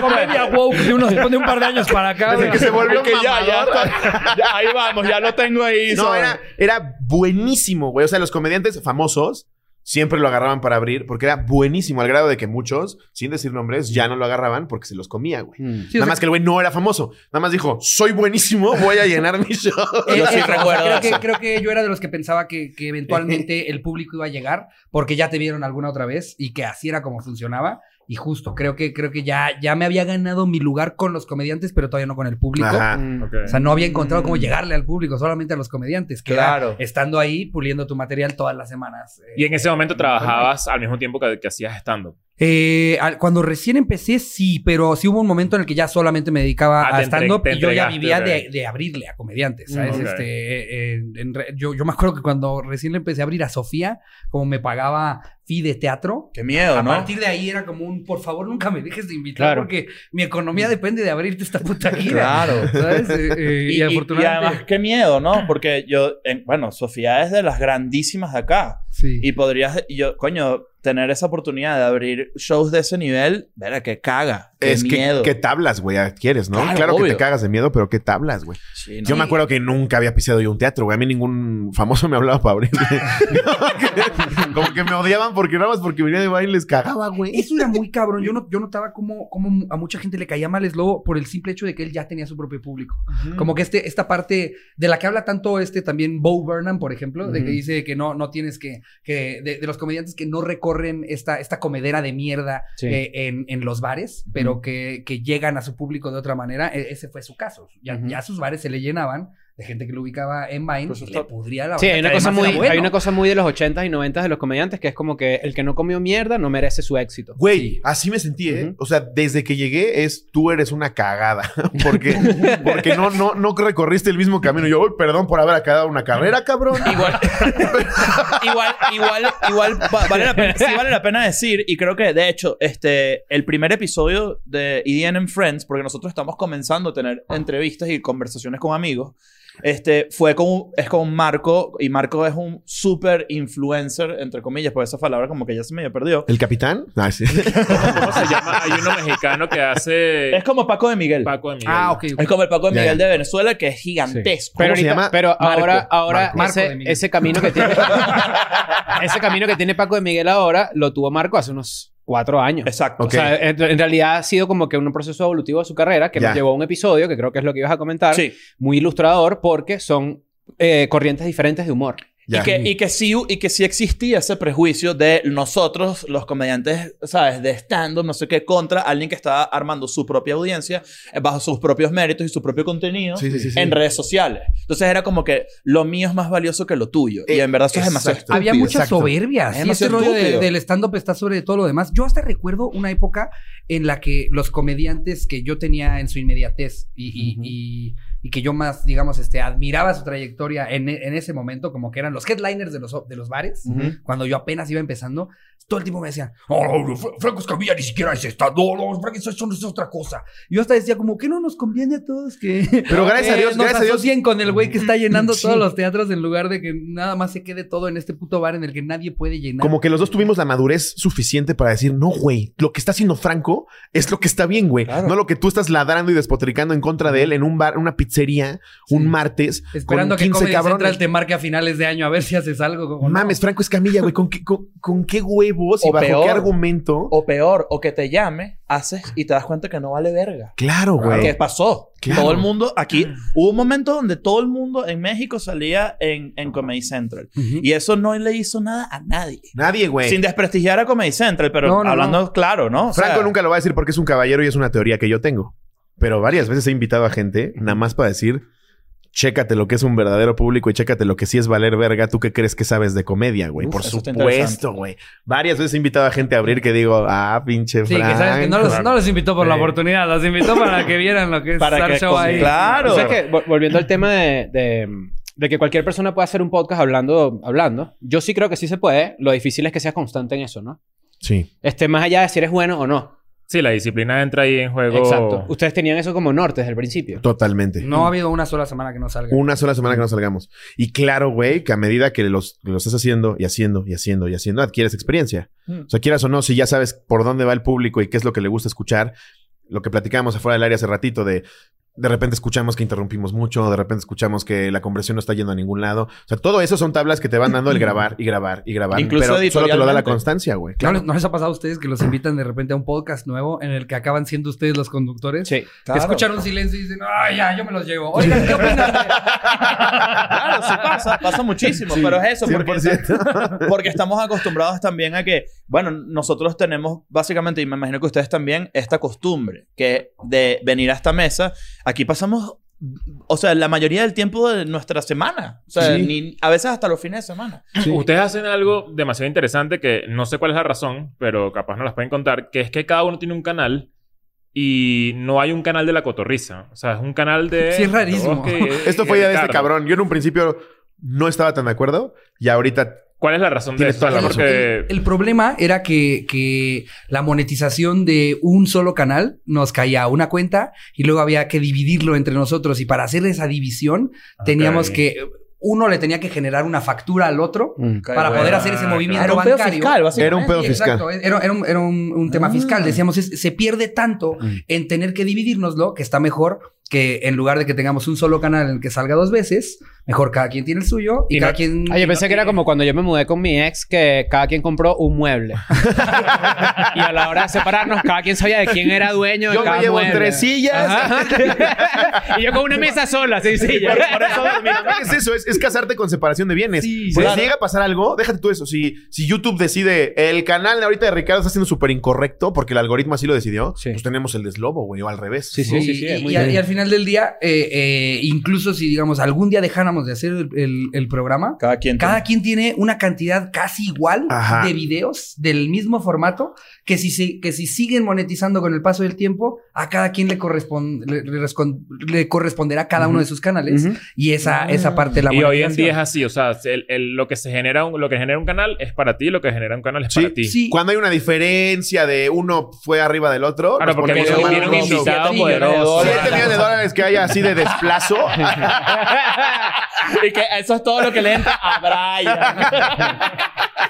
S3: Comedia woke de, unos, de un par de años para acá.
S1: Desde
S3: güey.
S1: que se volvió
S2: Que ya, ya,
S1: mamador.
S2: está- ya, ahí vamos, ya lo tengo ahí.
S1: No,
S2: ¿sabes?
S1: era, era buenísimo, güey. O sea, los comediantes famosos siempre lo agarraban para abrir porque era buenísimo, al grado de que muchos, sin decir nombres, ya no lo agarraban porque se los comía, güey.
S5: Mm.
S3: Sí, o
S1: Nada
S3: sea,
S1: más que el güey no era famoso. Nada más dijo, soy buenísimo, voy a llenar mi show.
S3: eh,
S2: Yo sí
S3: eso, o sea,
S2: recuerdo
S3: creo, que,
S2: eso.
S3: creo que yo era de los que pensaba que, que eventualmente el público iba a llegar porque ya te vieron alguna otra vez y que así era como funcionaba. Y justo, creo que, creo que ya, ya me había ganado mi lugar con los comediantes, pero todavía no con el público.
S1: Ajá.
S5: Mm.
S4: Ok.
S3: O sea, no había encontrado cómo llegarle al público, solamente a los comediantes. Que claro.
S2: Claro.
S3: estando ahí puliendo tu material todas las semanas. eh,
S4: Y en ese momento trabajabas al mismo tiempo que, que hacías stand-up.
S3: Eh, al- cuando recién empecé, sí, pero sí hubo un momento en el que ya solamente me dedicaba
S4: Ah,
S3: a
S4: te entre-
S3: stand-up
S4: te
S3: y yo ya
S4: entregaste,
S3: vivía de,
S4: ok.
S3: de abrirle a comediantes, ¿sabes?
S4: Mm, ok.
S3: Este, eh, en- en re- yo, yo me acuerdo que cuando recién le empecé a abrir a Sofía, como me pagaba fee de teatro.
S2: Qué miedo,
S3: A
S2: ¿no?
S3: partir de ahí era como un, por favor, nunca me dejes de invitar
S5: Claro.
S3: porque mi economía depende de abrirte esta puta gira.
S2: Claro.
S3: ¿Sabes? Eh, eh,
S2: Y,
S3: y,
S2: y- y
S3: afortunadamente...
S2: además, qué miedo, ¿no? Porque yo, en- bueno, Sofía es de las grandísimas de acá.
S3: sí.
S2: Y podrías, y yo, coño, tener esa oportunidad de abrir shows de ese nivel, verá que caga. Qué
S1: es que-
S2: miedo.
S1: qué tablas, güey, adquieres, ¿no?
S2: Claro,
S1: Claro, que
S2: obvio.
S1: te cagas de miedo, pero qué tablas, güey.
S2: Sí, no.
S1: Yo me acuerdo que nunca había pisado yo un teatro, güey. A mí ningún famoso me hablaba para abrir. güey. como que me odiaban porque nada más porque venía de baile les cagaba, güey.
S3: Eso era muy cabrón. Yo, no, yo notaba cómo, cómo a mucha gente le caía mal Slobo por el simple hecho de que él ya tenía su propio público. Como que este, esta parte de la que habla tanto este también Bo Burnham, por ejemplo, de que
S5: Ujú.
S3: dice que no, no tienes que, que de, de los comediantes que no recorren esta, esta comedera de mierda
S5: Sí.
S3: eh, en, en los bares, pero que, que llegan a su público de otra manera. E- ese fue su caso. Ya,
S5: Ujú.
S3: ya sus bares se le llenaban de gente que lo ubicaba en Vine
S2: Pues
S3: y
S2: está-
S3: le pudría la
S5: Sí,
S3: boca,
S5: hay
S3: que
S5: una, cosa
S3: además
S5: muy,
S3: era bueno.
S5: hay una cosa muy de los 80s y 90s de los comediantes que es como que el que no comió mierda no merece su éxito.
S1: Güey, así me sentí, ¿eh?
S5: Ujú.
S1: O sea, desde que llegué es tú eres una cagada. porque porque no, no, no recorriste el mismo camino. Yo, "Uy, perdón por haber acabado una carrera, cabrón.
S2: Igual, igual, igual, igual va- vale la pena, sí vale la pena decir, y creo que de hecho, este, el primer episodio de EDN and Friends, porque nosotros estamos comenzando a tener entrevistas y conversaciones con amigos, este, fue con, es con Marco, y Marco es un super influencer, entre comillas, por esa palabra como que ya se medio perdió.
S1: ¿El capitán? Ah, sí.
S4: ¿Cómo se llama? Hay uno mexicano que hace
S2: Es como Paco de Miguel.
S4: Paco de Miguel.
S3: Ah, ok. ok.
S2: Es como el Paco de
S1: Ya,
S2: Miguel
S1: ya.
S2: de Venezuela, que es gigigantesco.
S5: Pero,
S1: ¿Cómo se
S5: ahorita-
S1: llama?
S5: pero ahora, ahora
S3: Marco. Marco de
S5: ese,
S3: Miguel.
S5: ese camino que tiene ese camino que tiene Paco de Miguel ahora lo tuvo Marco hace unos cuatro años.
S2: Exacto.
S1: Ok.
S5: O sea, en, en realidad ha sido como que un proceso evolutivo de su carrera que
S1: Ya.
S5: nos llevó a un episodio que creo que es lo que ibas a comentar,
S2: Sí.
S5: muy ilustrador porque son eh, corrientes diferentes de humor.
S1: Ya.
S2: Y que, y, que sí, y que sí existía ese prejuicio de nosotros, los comediantes, ¿sabes? De stand-up, no sé qué, contra alguien que estaba armando su propia audiencia eh, bajo sus propios méritos y su propio contenido
S1: Sí, sí, sí, sí.
S2: en redes sociales. Entonces era como que lo mío es más valioso que lo tuyo. y
S1: Eh,
S2: en verdad eso es demasiado
S1: exacto.
S2: estúpido.
S3: Había mucha
S1: exacto. Eh,
S3: soberbia.
S2: Es
S3: Sí, este
S2: demasiado
S3: rollo de-
S2: estúpido.
S3: del stand-up está sobre todo lo demás. Yo hasta recuerdo una época en la que los comediantes que yo tenía en su inmediatez y, y- y- y que yo más, digamos, este, admiraba su trayectoria en, e- en ese momento, como que eran los headliners de los, de los bares, cuando yo apenas iba empezando, todo el tiempo me decían, oh, no, Fra- Franco Escamilla ni siquiera es stand no, no, Franco, eso, eso no es otra cosa. Y yo hasta decía, como, ¿qué no nos conviene a todos que...
S1: Pero gracias a
S3: Eh,
S1: Dios,
S3: nos
S1: gracias a Dios.
S3: asocien con el güey que está llenando todos los teatros en lugar de que nada más se quede todo en este puto bar en el que nadie puede llenar.
S1: Como que los dos tuvimos la madurez suficiente para decir, no, güey, lo que está haciendo Franco es lo que está bien, güey.
S2: Claro.
S1: No lo que tú estás ladrando y despotricando en contra de él en un bar, en una pizzería, un
S3: Sí.
S1: martes,
S3: Esperando
S1: con
S3: que
S1: 15
S3: Comedy Central
S1: cabrones.
S3: te marque a finales de año a ver si haces algo. como, no.
S1: Mames, Franco Escamilla, güey, ¿con qué, con, con qué huevos y
S2: O
S1: bajo
S2: peor.
S1: qué argumento?
S2: O peor, o que te llame, haces y te das cuenta que no vale verga.
S1: Claro,
S2: ¿Qué
S1: güey.
S2: pasó?
S1: Claro.
S2: Todo el mundo aquí. Hubo un momento donde todo el mundo en México salía en, en Comedy Central.
S3: Ujú.
S2: Y eso no le hizo nada a nadie.
S1: Nadie, güey.
S2: Sin desprestigiar a Comedy Central, pero
S3: No, no,
S2: hablando claro, ¿no? O
S1: Franco
S2: sea,
S1: nunca lo va a decir porque es un caballero y es una teoría que yo tengo. Pero varias veces he invitado a gente nada más para decir, chécate lo que es un verdadero público y chécate lo que sí es valer verga. ¿Tú qué crees que sabes de comedia, güey?
S2: Uf,
S1: Por
S2: eso está
S1: supuesto,
S2: interesante.
S1: güey. Varias veces he invitado a gente a abrir que digo, ah, pinche
S3: Sí,
S1: Franco.
S3: que sabes que no los, no los invitó por la
S1: Sí.
S3: oportunidad, los invitó para que vieran lo que es
S2: Para
S3: estar
S2: que
S3: show
S2: con-
S3: ahí.
S2: Claro.
S5: O sea que, vol- volviendo al tema de, de- de que cualquier persona puede hacer un podcast hablando, hablando, yo sí creo que sí se puede. ¿eh? Lo difícil es que seas constante en eso, ¿no?
S1: Sí.
S5: Este, más allá de si eres bueno o no.
S4: Sí, la disciplina entra ahí en juego.
S5: Exacto. Ustedes tenían eso como norte desde el principio.
S1: Totalmente.
S3: No ha habido una sola semana que no salga.
S1: Una sola semana que no salgamos. Y claro, güey, que a medida que los, que lo estás haciendo y haciendo y haciendo y haciendo, adquieres experiencia.
S2: Mm.
S1: O sea, quieras o no, si ya sabes por dónde va el público y qué es lo que le gusta escuchar, lo que platicábamos afuera del área hace ratito de... De repente escuchamos que interrumpimos mucho, de repente escuchamos que la conversación no está yendo a ningún lado. O sea, todo eso son tablas que te van dando el grabar y grabar y grabar.
S2: Incluso
S1: pero solo te lo da la
S2: editorialmente.
S1: constancia, güey.
S3: ¿No, les, no les ha pasado a ustedes que los invitan de repente a un podcast nuevo en el que acaban siendo ustedes los conductores?
S5: Sí.
S3: Que escuchan un silencio y dicen, ay, ya, yo me los llevo. Oigan, ¿qué opinan? de-?"
S2: Claro, sí pasa, pasa muchísimo, pero es eso, porque,
S1: 100%.
S2: porque estamos acostumbrados también a que, bueno, nosotros tenemos básicamente, y me imagino que ustedes también, esta costumbre que de venir a esta mesa, aquí pasamos, o sea, la mayoría del tiempo de nuestra semana, o sea,
S1: Sí.
S2: ni- a veces hasta los fines de semana.
S4: Ustedes hacen algo demasiado interesante que no sé cuál es la razón, pero capaz nos las pueden contar, que es que cada uno tiene un canal y no hay un canal de la cotorriza. O sea, es un canal de...
S3: Sí, es rarísimo.
S4: Ok, eh,
S1: Esto fue ya de este
S4: Ricardo.
S1: cabrón. Yo en un principio no estaba tan de acuerdo y ahorita
S4: ¿Cuál es la razón de
S1: Tienes
S4: eso?
S1: toda la
S3: El-
S1: razón.
S4: Porque-
S3: El, el problema era que, que la monetización de un solo canal nos caía a una cuenta y luego había que dividirlo entre nosotros y para hacer esa división teníamos
S4: Ok.
S3: que... uno le tenía que generar una factura al otro
S5: Mm.
S3: para poder hacer ese movimiento bancario.
S1: Era un pedo fiscal.
S3: Exacto, era, era un, era un- un tema
S2: Ah.
S3: fiscal. Decíamos, es- se pierde tanto
S5: Mm.
S3: en tener que dividirnoslo que está mejor que en lugar de que tengamos un solo canal en el que salga dos veces, mejor cada quien tiene el suyo y,
S5: Y
S3: cada
S5: no-
S3: quien...
S5: Ah, yo pensé que era como cuando yo me mudé con mi ex, que cada quien compró un mueble. y a la hora de separarnos, cada quien sabía de quién era dueño de
S1: Yo
S5: cada
S1: me llevo
S5: mueble.
S1: tres sillas.
S5: Ajá. y yo con una mesa sola, sin silla.
S1: Mira, también es eso, es, es casarte con separación de bienes.
S3: Sí,
S1: si
S2: claro.
S1: llega a pasar algo, déjate tú eso. Si, si YouTube decide, el canal de ahorita de Ricardo está siendo súper incorrecto porque el algoritmo así lo decidió,
S5: Sí.
S1: pues tenemos el deslobo, güey, o al revés.
S5: Sí, sí.
S3: Y,
S5: es
S3: y-
S5: muy
S3: y al,
S5: bien.
S3: y al final del día, eh, eh, incluso si, digamos, algún día dejáramos de hacer el, el- el programa,
S2: Cada quien.
S3: cada quien tiene una cantidad casi igual
S1: Ajá.
S3: de videos del mismo formato que si, se- que si siguen monetizando con el paso del tiempo, a cada quien le, correspon- le, le rescon- le corresponderá cada uno de sus canales.
S5: Ujú.
S3: Y esa, esa parte de la
S4: Y hoy en día es
S3: monetización.
S4: así, o sea, el- el- lo que se genera un, lo que genera un canal es para ti, lo que genera un canal es
S1: Sí,
S4: para ti.
S3: Sí.
S1: Cuando hay una diferencia de uno fue arriba del otro,
S4: Claro,
S1: nos
S4: porque
S1: ponemos
S4: viene
S1: a
S4: viene
S1: mano
S4: un
S1: en eso.
S4: invitado
S3: millones de
S4: poderoso.
S1: Siete millones de dólares que haya así de desplazo.
S2: Y que eso es todo lo que le entra a Brian.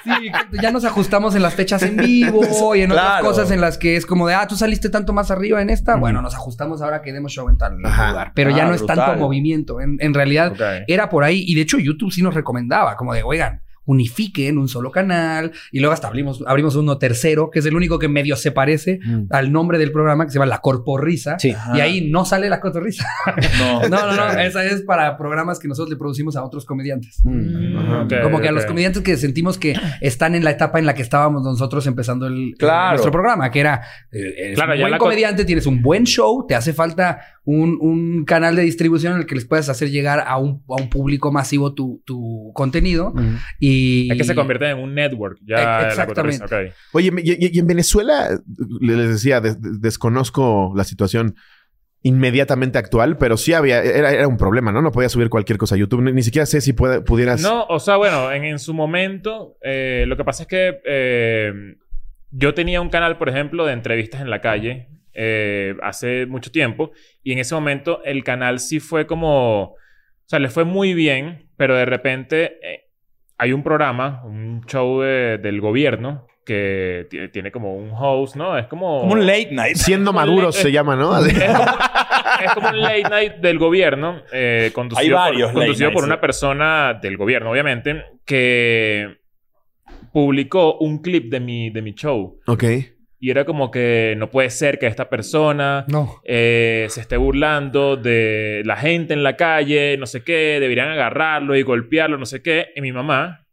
S3: Sí, exacto. ya nos ajustamos en las fechas en vivo y en otras
S2: Claro.
S3: cosas en las que es como de, ah, tú saliste tanto más arriba en esta. Bueno, nos ajustamos ahora que demos show en tal
S1: Ajá.
S3: lugar. Pero ya
S2: Ah,
S3: no es tanto
S2: brutal.
S3: movimiento. En, en realidad
S4: Ok.
S3: era por ahí. Y de hecho YouTube sí nos recomendaba, como de, oigan, unifiquen un solo canal. Y luego hasta abrimos, abrimos uno tercero, que es el único que medio se parece
S5: Mm.
S3: al nombre del programa que se llama La Corporrisa.
S5: Sí.
S3: Y ahí no sale la cotorrisa.
S2: No,
S3: No, no, no. Esa es para programas que nosotros le producimos a otros comediantes.
S5: Mm.
S4: Ajá, ok,
S3: Como que a los
S4: ok.
S3: comediantes que sentimos que están en la etapa en la que estábamos nosotros empezando el, el-
S2: Claro.
S3: nuestro programa, que era eh, eres
S4: Claro,
S3: un
S4: ya
S3: buen
S4: la co-
S3: comediante, tienes un buen show, te hace falta un, un canal de distribución en el que les puedas hacer llegar a un, a un público masivo tu, tu contenido.
S5: Mm.
S3: Y
S4: Es que se convierte en un network. Ya
S3: Ex-
S4: la
S3: exactamente.
S4: cotorriza, ok.
S1: Oye, y, y- y en Venezuela, le- les decía, des- des- desconozco la situación inmediatamente actual, pero sí había, era, era un problema, ¿no? No podía subir cualquier cosa a YouTube. Ni, ni siquiera sé si puede- pudieras...
S4: No, o sea, bueno, en, en su momento, eh, lo que pasa es que eh, yo tenía un canal, por ejemplo, de entrevistas en la calle eh, hace mucho tiempo y en ese momento el canal sí fue como, o sea, le fue muy bien, pero de repente eh, hay un programa, un show de- del gobierno que ti- tiene como un host, ¿no? Es como...
S2: Como un late night.
S1: Siendo maduros se llama, ¿no? Así.
S4: Es como, es como un late night del gobierno, eh, conducido,
S2: Hay varios
S4: por,
S2: late
S4: conducido
S2: nights,
S4: por
S2: sí.
S4: una persona del gobierno, obviamente, que publicó un clip de mi, de mi show.
S1: Ok.
S4: Y era como que no puede ser que esta persona
S3: No.
S4: eh, se esté burlando de la gente en la calle, no sé qué, deberían agarrarlo y golpearlo, no sé qué. Y mi mamá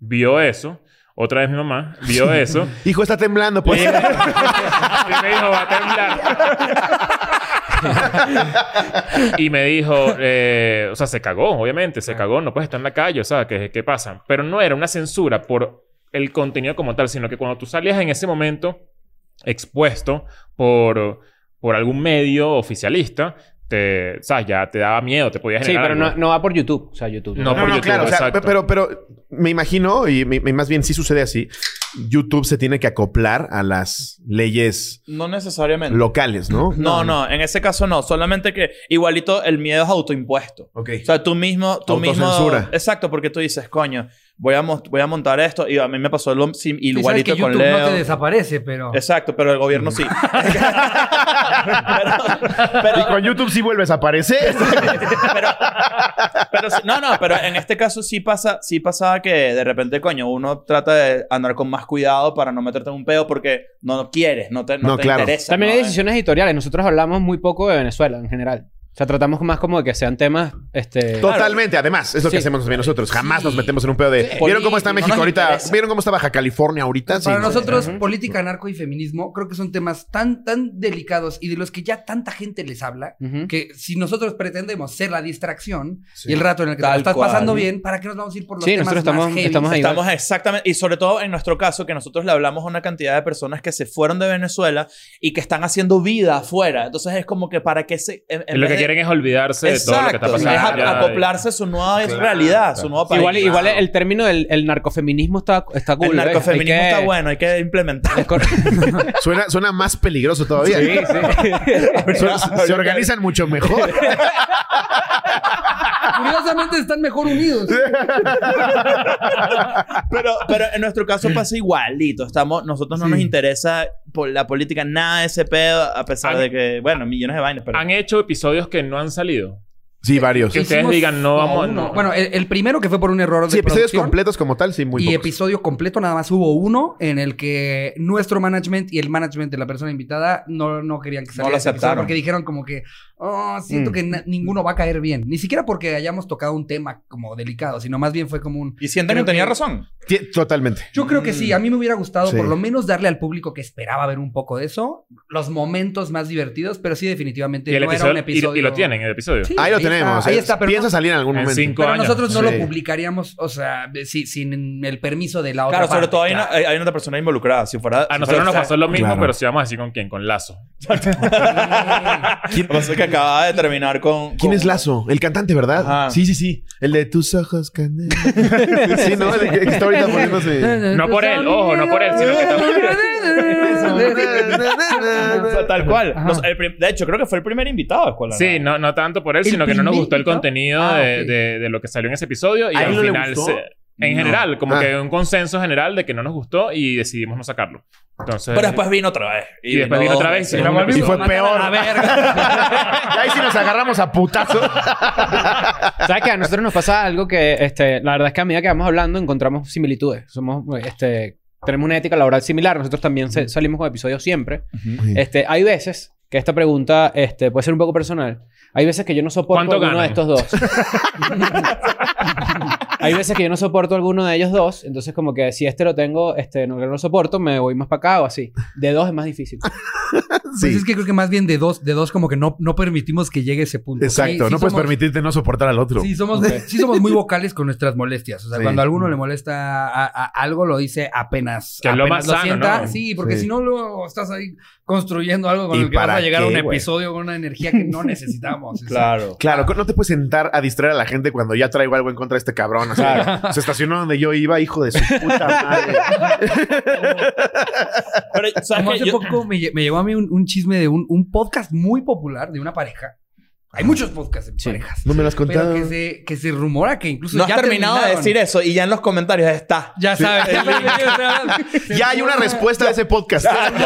S4: vio eso. Otra vez mi mamá vio eso.
S1: Hijo, está temblando.
S4: Y
S1: Pues.
S4: me dijo, va a temblar. y me dijo, eh, o sea, se cagó, obviamente,
S3: Ah.
S4: se cagó, no puedes estar en la calle, o sea, ¿qué, qué pasa? Pero no era una censura por el contenido como tal, sino que cuando tú salías en ese momento expuesto por, por algún medio oficialista, te, o sea, ya te daba miedo, te podía
S5: Sí,
S4: generar.
S5: pero no,
S4: algo.
S5: no va por YouTube. O sea, YouTube.
S4: pues. No,
S1: No, no,
S4: por YouTube,
S1: claro. o sea,
S4: exacto.
S1: pero, pero me imagino, y, me- me- más bien sí sucede así, YouTube se tiene que acoplar a las leyes
S2: No necesariamente.
S1: locales, ¿no?
S2: No, no, en ese caso no. Solamente que igualito el miedo es autoimpuesto.
S1: Ok.
S2: O sea, tú mismo, tú mismo.
S1: Autocensura.
S2: Exacto, porque tú dices, coño, voy a, mos- voy a montar esto. Y a mí me pasó lo sim-
S3: Sí, sabes
S2: igualito
S3: que
S2: con
S3: YouTube
S2: Leo.
S3: no te desaparece, pero...
S2: Exacto, pero el gobierno sí.
S1: Mm.
S2: pero,
S1: Y
S2: pero-
S1: con YouTube sí vuelves a aparecer.
S2: pero, pero sí- no, no, pero en este caso sí pasa, sí pasaba que de repente, coño, uno trata de andar con más cuidado para no meterte en un peo porque no, no quieres, no te, no
S1: No,
S2: te
S1: claro.
S2: interesa.
S5: También
S2: ¿no?
S5: hay decisiones editoriales. Nosotros hablamos muy poco de Venezuela en general. O sea, tratamos más como de que sean temas. Este,
S1: Totalmente, además, es lo que
S5: Sí.
S1: hacemos también nosotros. Jamás
S5: Sí.
S1: nos metemos en un pedo de. ¿Vieron cómo está
S2: Político,
S1: México
S2: no nos
S1: ahorita?
S2: interesa.
S1: ¿Vieron cómo está Baja California ahorita? Sí.
S3: Para nosotros,
S5: Ujú.
S3: política, narco y feminismo creo que son temas tan, tan delicados y de los que ya tanta gente les habla
S5: Ujú.
S3: que si nosotros pretendemos ser la distracción
S1: Sí.
S3: y el rato en el que te
S2: Tal
S3: lo estás
S2: cual.
S3: pasando bien, ¿para qué nos vamos a ir por los
S5: Sí,
S3: temas
S5: nosotros estamos-
S3: más heavy?
S5: estamos ahí.
S2: Estamos exactamente, y sobre todo en nuestro caso, que nosotros le hablamos a una cantidad de personas que se fueron de Venezuela y que están haciendo vida afuera. Entonces es como que para que se. en- en
S4: Y lo
S2: vez
S4: que
S2: de-
S4: quieren es olvidarse de todo lo que está
S2: Exacto,
S4: pasando.
S2: es a-
S4: allá.
S2: acoplarse a su nueva realidad, su nuevo país.
S5: igual, igual el término del el narcofeminismo está, está cool.
S2: el
S5: ¿ves? Hay
S2: narcofeminismo
S5: que-
S2: está bueno, hay que implementarlo.
S5: es cor-
S1: Suena, suena más peligroso todavía.
S5: sí, sí.
S1: Su- se organizan mucho mejor.
S3: Curiosamente están mejor unidos.
S2: Pero, pero en nuestro caso pasa igualito. Estamos, nosotros no nos interesa por la política nada de ese pedo, a pesar
S4: Han-
S2: de que, bueno, millones de vainas, pero
S4: ¿Han hecho episodios que no han salido?
S1: Sí, varios.
S4: Que
S1: Sí,
S4: ustedes
S3: Hicimos
S4: digan, no
S3: como
S4: vamos...
S3: uno.
S4: no.
S3: Bueno, el, el primero que fue por un error de
S1: episodios
S3: producción,
S1: completos como tal, sí, muy
S3: y
S1: pocos.
S3: episodio completo, nada más hubo uno en el que nuestro management y el management de la persona invitada no, no querían que
S2: No
S3: saliera.
S2: lo
S3: ese episodio
S2: aceptaron.
S3: Porque dijeron como que, oh, siento
S1: Mm.
S3: que na- ninguno va a caer bien. Ni siquiera porque hayamos tocado un tema como delicado, sino más bien fue como un...
S2: Y sienten
S3: Creo
S2: que tenía
S3: que-
S2: razón.
S1: Ti- Totalmente.
S3: Yo creo que sí, a mí me hubiera gustado
S1: Sí.
S3: por lo menos darle al público que esperaba ver un poco de eso, los momentos más divertidos, pero sí definitivamente
S4: Y el
S3: no era un
S4: episodio... y-
S3: episodio.
S4: Y, lo tienen, el episodio.
S3: Sí,
S1: Ahí lo tenemos. eh.
S3: está, ahí está, pero
S1: Piensa
S3: no-
S1: salir en algún
S4: En
S1: momento.
S4: cinco
S3: Pero
S4: años.
S3: nosotros no
S1: Sí.
S3: lo publicaríamos, o sea, de- si- sin el permiso de la otra
S2: Claro, sobre
S3: parte.
S2: todo hay, una, hay- hay otra persona involucrada. Si fuera.
S4: A nosotros nos pasó lo mismo,
S1: Claro.
S4: pero sí vamos a decir con quién, con Lazo.
S2: Lo que pasa es que acaba de terminar con.
S1: ¿Quién
S2: con-
S1: es Lazo? El cantante, ¿verdad?
S2: Ajá.
S1: Sí, sí, sí. El de tus ojos, canela. sí, ¿no? El de que está ahorita poniéndose.
S4: No por él, ojo, no por él, sino que
S2: O sea, tal cual.
S3: Ajá.
S2: Nos- el prim- de hecho, creo que fue el primer invitado de Escuela
S4: Sí,
S2: Nada.
S4: no, no tanto por él,
S3: ¿El
S4: sino que no nos
S3: primer
S4: gustó el
S3: invitado?
S4: contenido
S3: Ah,
S4: de,
S3: ok.
S4: de- de lo que salió en ese episodio y
S1: ¿A él
S4: al
S1: no le
S4: final
S1: gustó?
S4: se- en
S1: No.
S4: general, como
S1: Ah.
S4: que un consenso general de que no nos gustó y decidimos no sacarlo. Entonces,
S2: Pero después vino otra vez.
S4: Y después vino otra vez,
S2: Sí.
S4: y
S2: No,
S4: la volvimos.
S1: Y fue
S3: Matar a
S1: peor.
S3: la verga.
S1: Y ahí sí nos agarramos a putazo.
S5: ¿Sabes qué? A nosotros nos pasa algo que, este, la verdad es que a medida que vamos hablando encontramos similitudes. Somos, este, tenemos una ética laboral similar. Nosotros también se- salimos con episodios siempre.
S3: Eh,
S5: Este, hay veces que esta pregunta, este, puede ser un poco personal. Hay veces que yo no soporto
S4: ¿Cuánto
S5: alguno de
S4: ganan?
S5: estos dos. hay veces que yo no soporto alguno de ellos dos. Entonces, como que si este lo tengo, este, no no lo soporto, me voy más para acá o así. De dos es más difícil.
S3: Pues
S1: Sí.
S3: es que creo que más bien de dos, de dos como que no, no permitimos que llegue ese punto. Sí,
S1: Exacto.
S3: sí
S1: no puedes
S3: somos-
S1: permitirte no soportar al otro.
S3: Sí somos, sí somos muy vocales con nuestras molestias. O sea,
S1: Sí. Mm.
S3: cuando a alguno le molesta a- a algo, lo dice apenas.
S4: Que es lo
S3: apenas
S4: más sano, ¿no?
S3: Sí, porque
S1: Sí.
S3: si no, luego estás ahí construyendo algo con
S1: ¿Y
S3: el que vas
S1: para
S3: a llegar a un
S1: qué, güey?
S3: episodio con una energía que no necesitamos. O sea,
S2: Claro.
S1: Claro, no te puedes sentar a distraer a la gente cuando ya traigo algo en contra de este cabrón. O sea, Se estacionó donde yo iba, hijo de su puta madre.
S2: Pero, ¿sabes
S3: Como
S2: qué?
S3: hace
S2: Yo-
S3: poco me, lle- me llevó a mí un, un chisme de un, un podcast muy popular de una pareja. Hay muchos podcasts de parejas.
S1: No me lo has contado.
S3: Pero que se, que se rumora que incluso
S2: no has
S3: ya
S2: terminado de
S3: terminaron.
S2: decir eso y ya en los comentarios está.
S3: Ya sabes. ya sabes de qué estoy hablando.
S1: Ya hay una respuesta a ese podcast.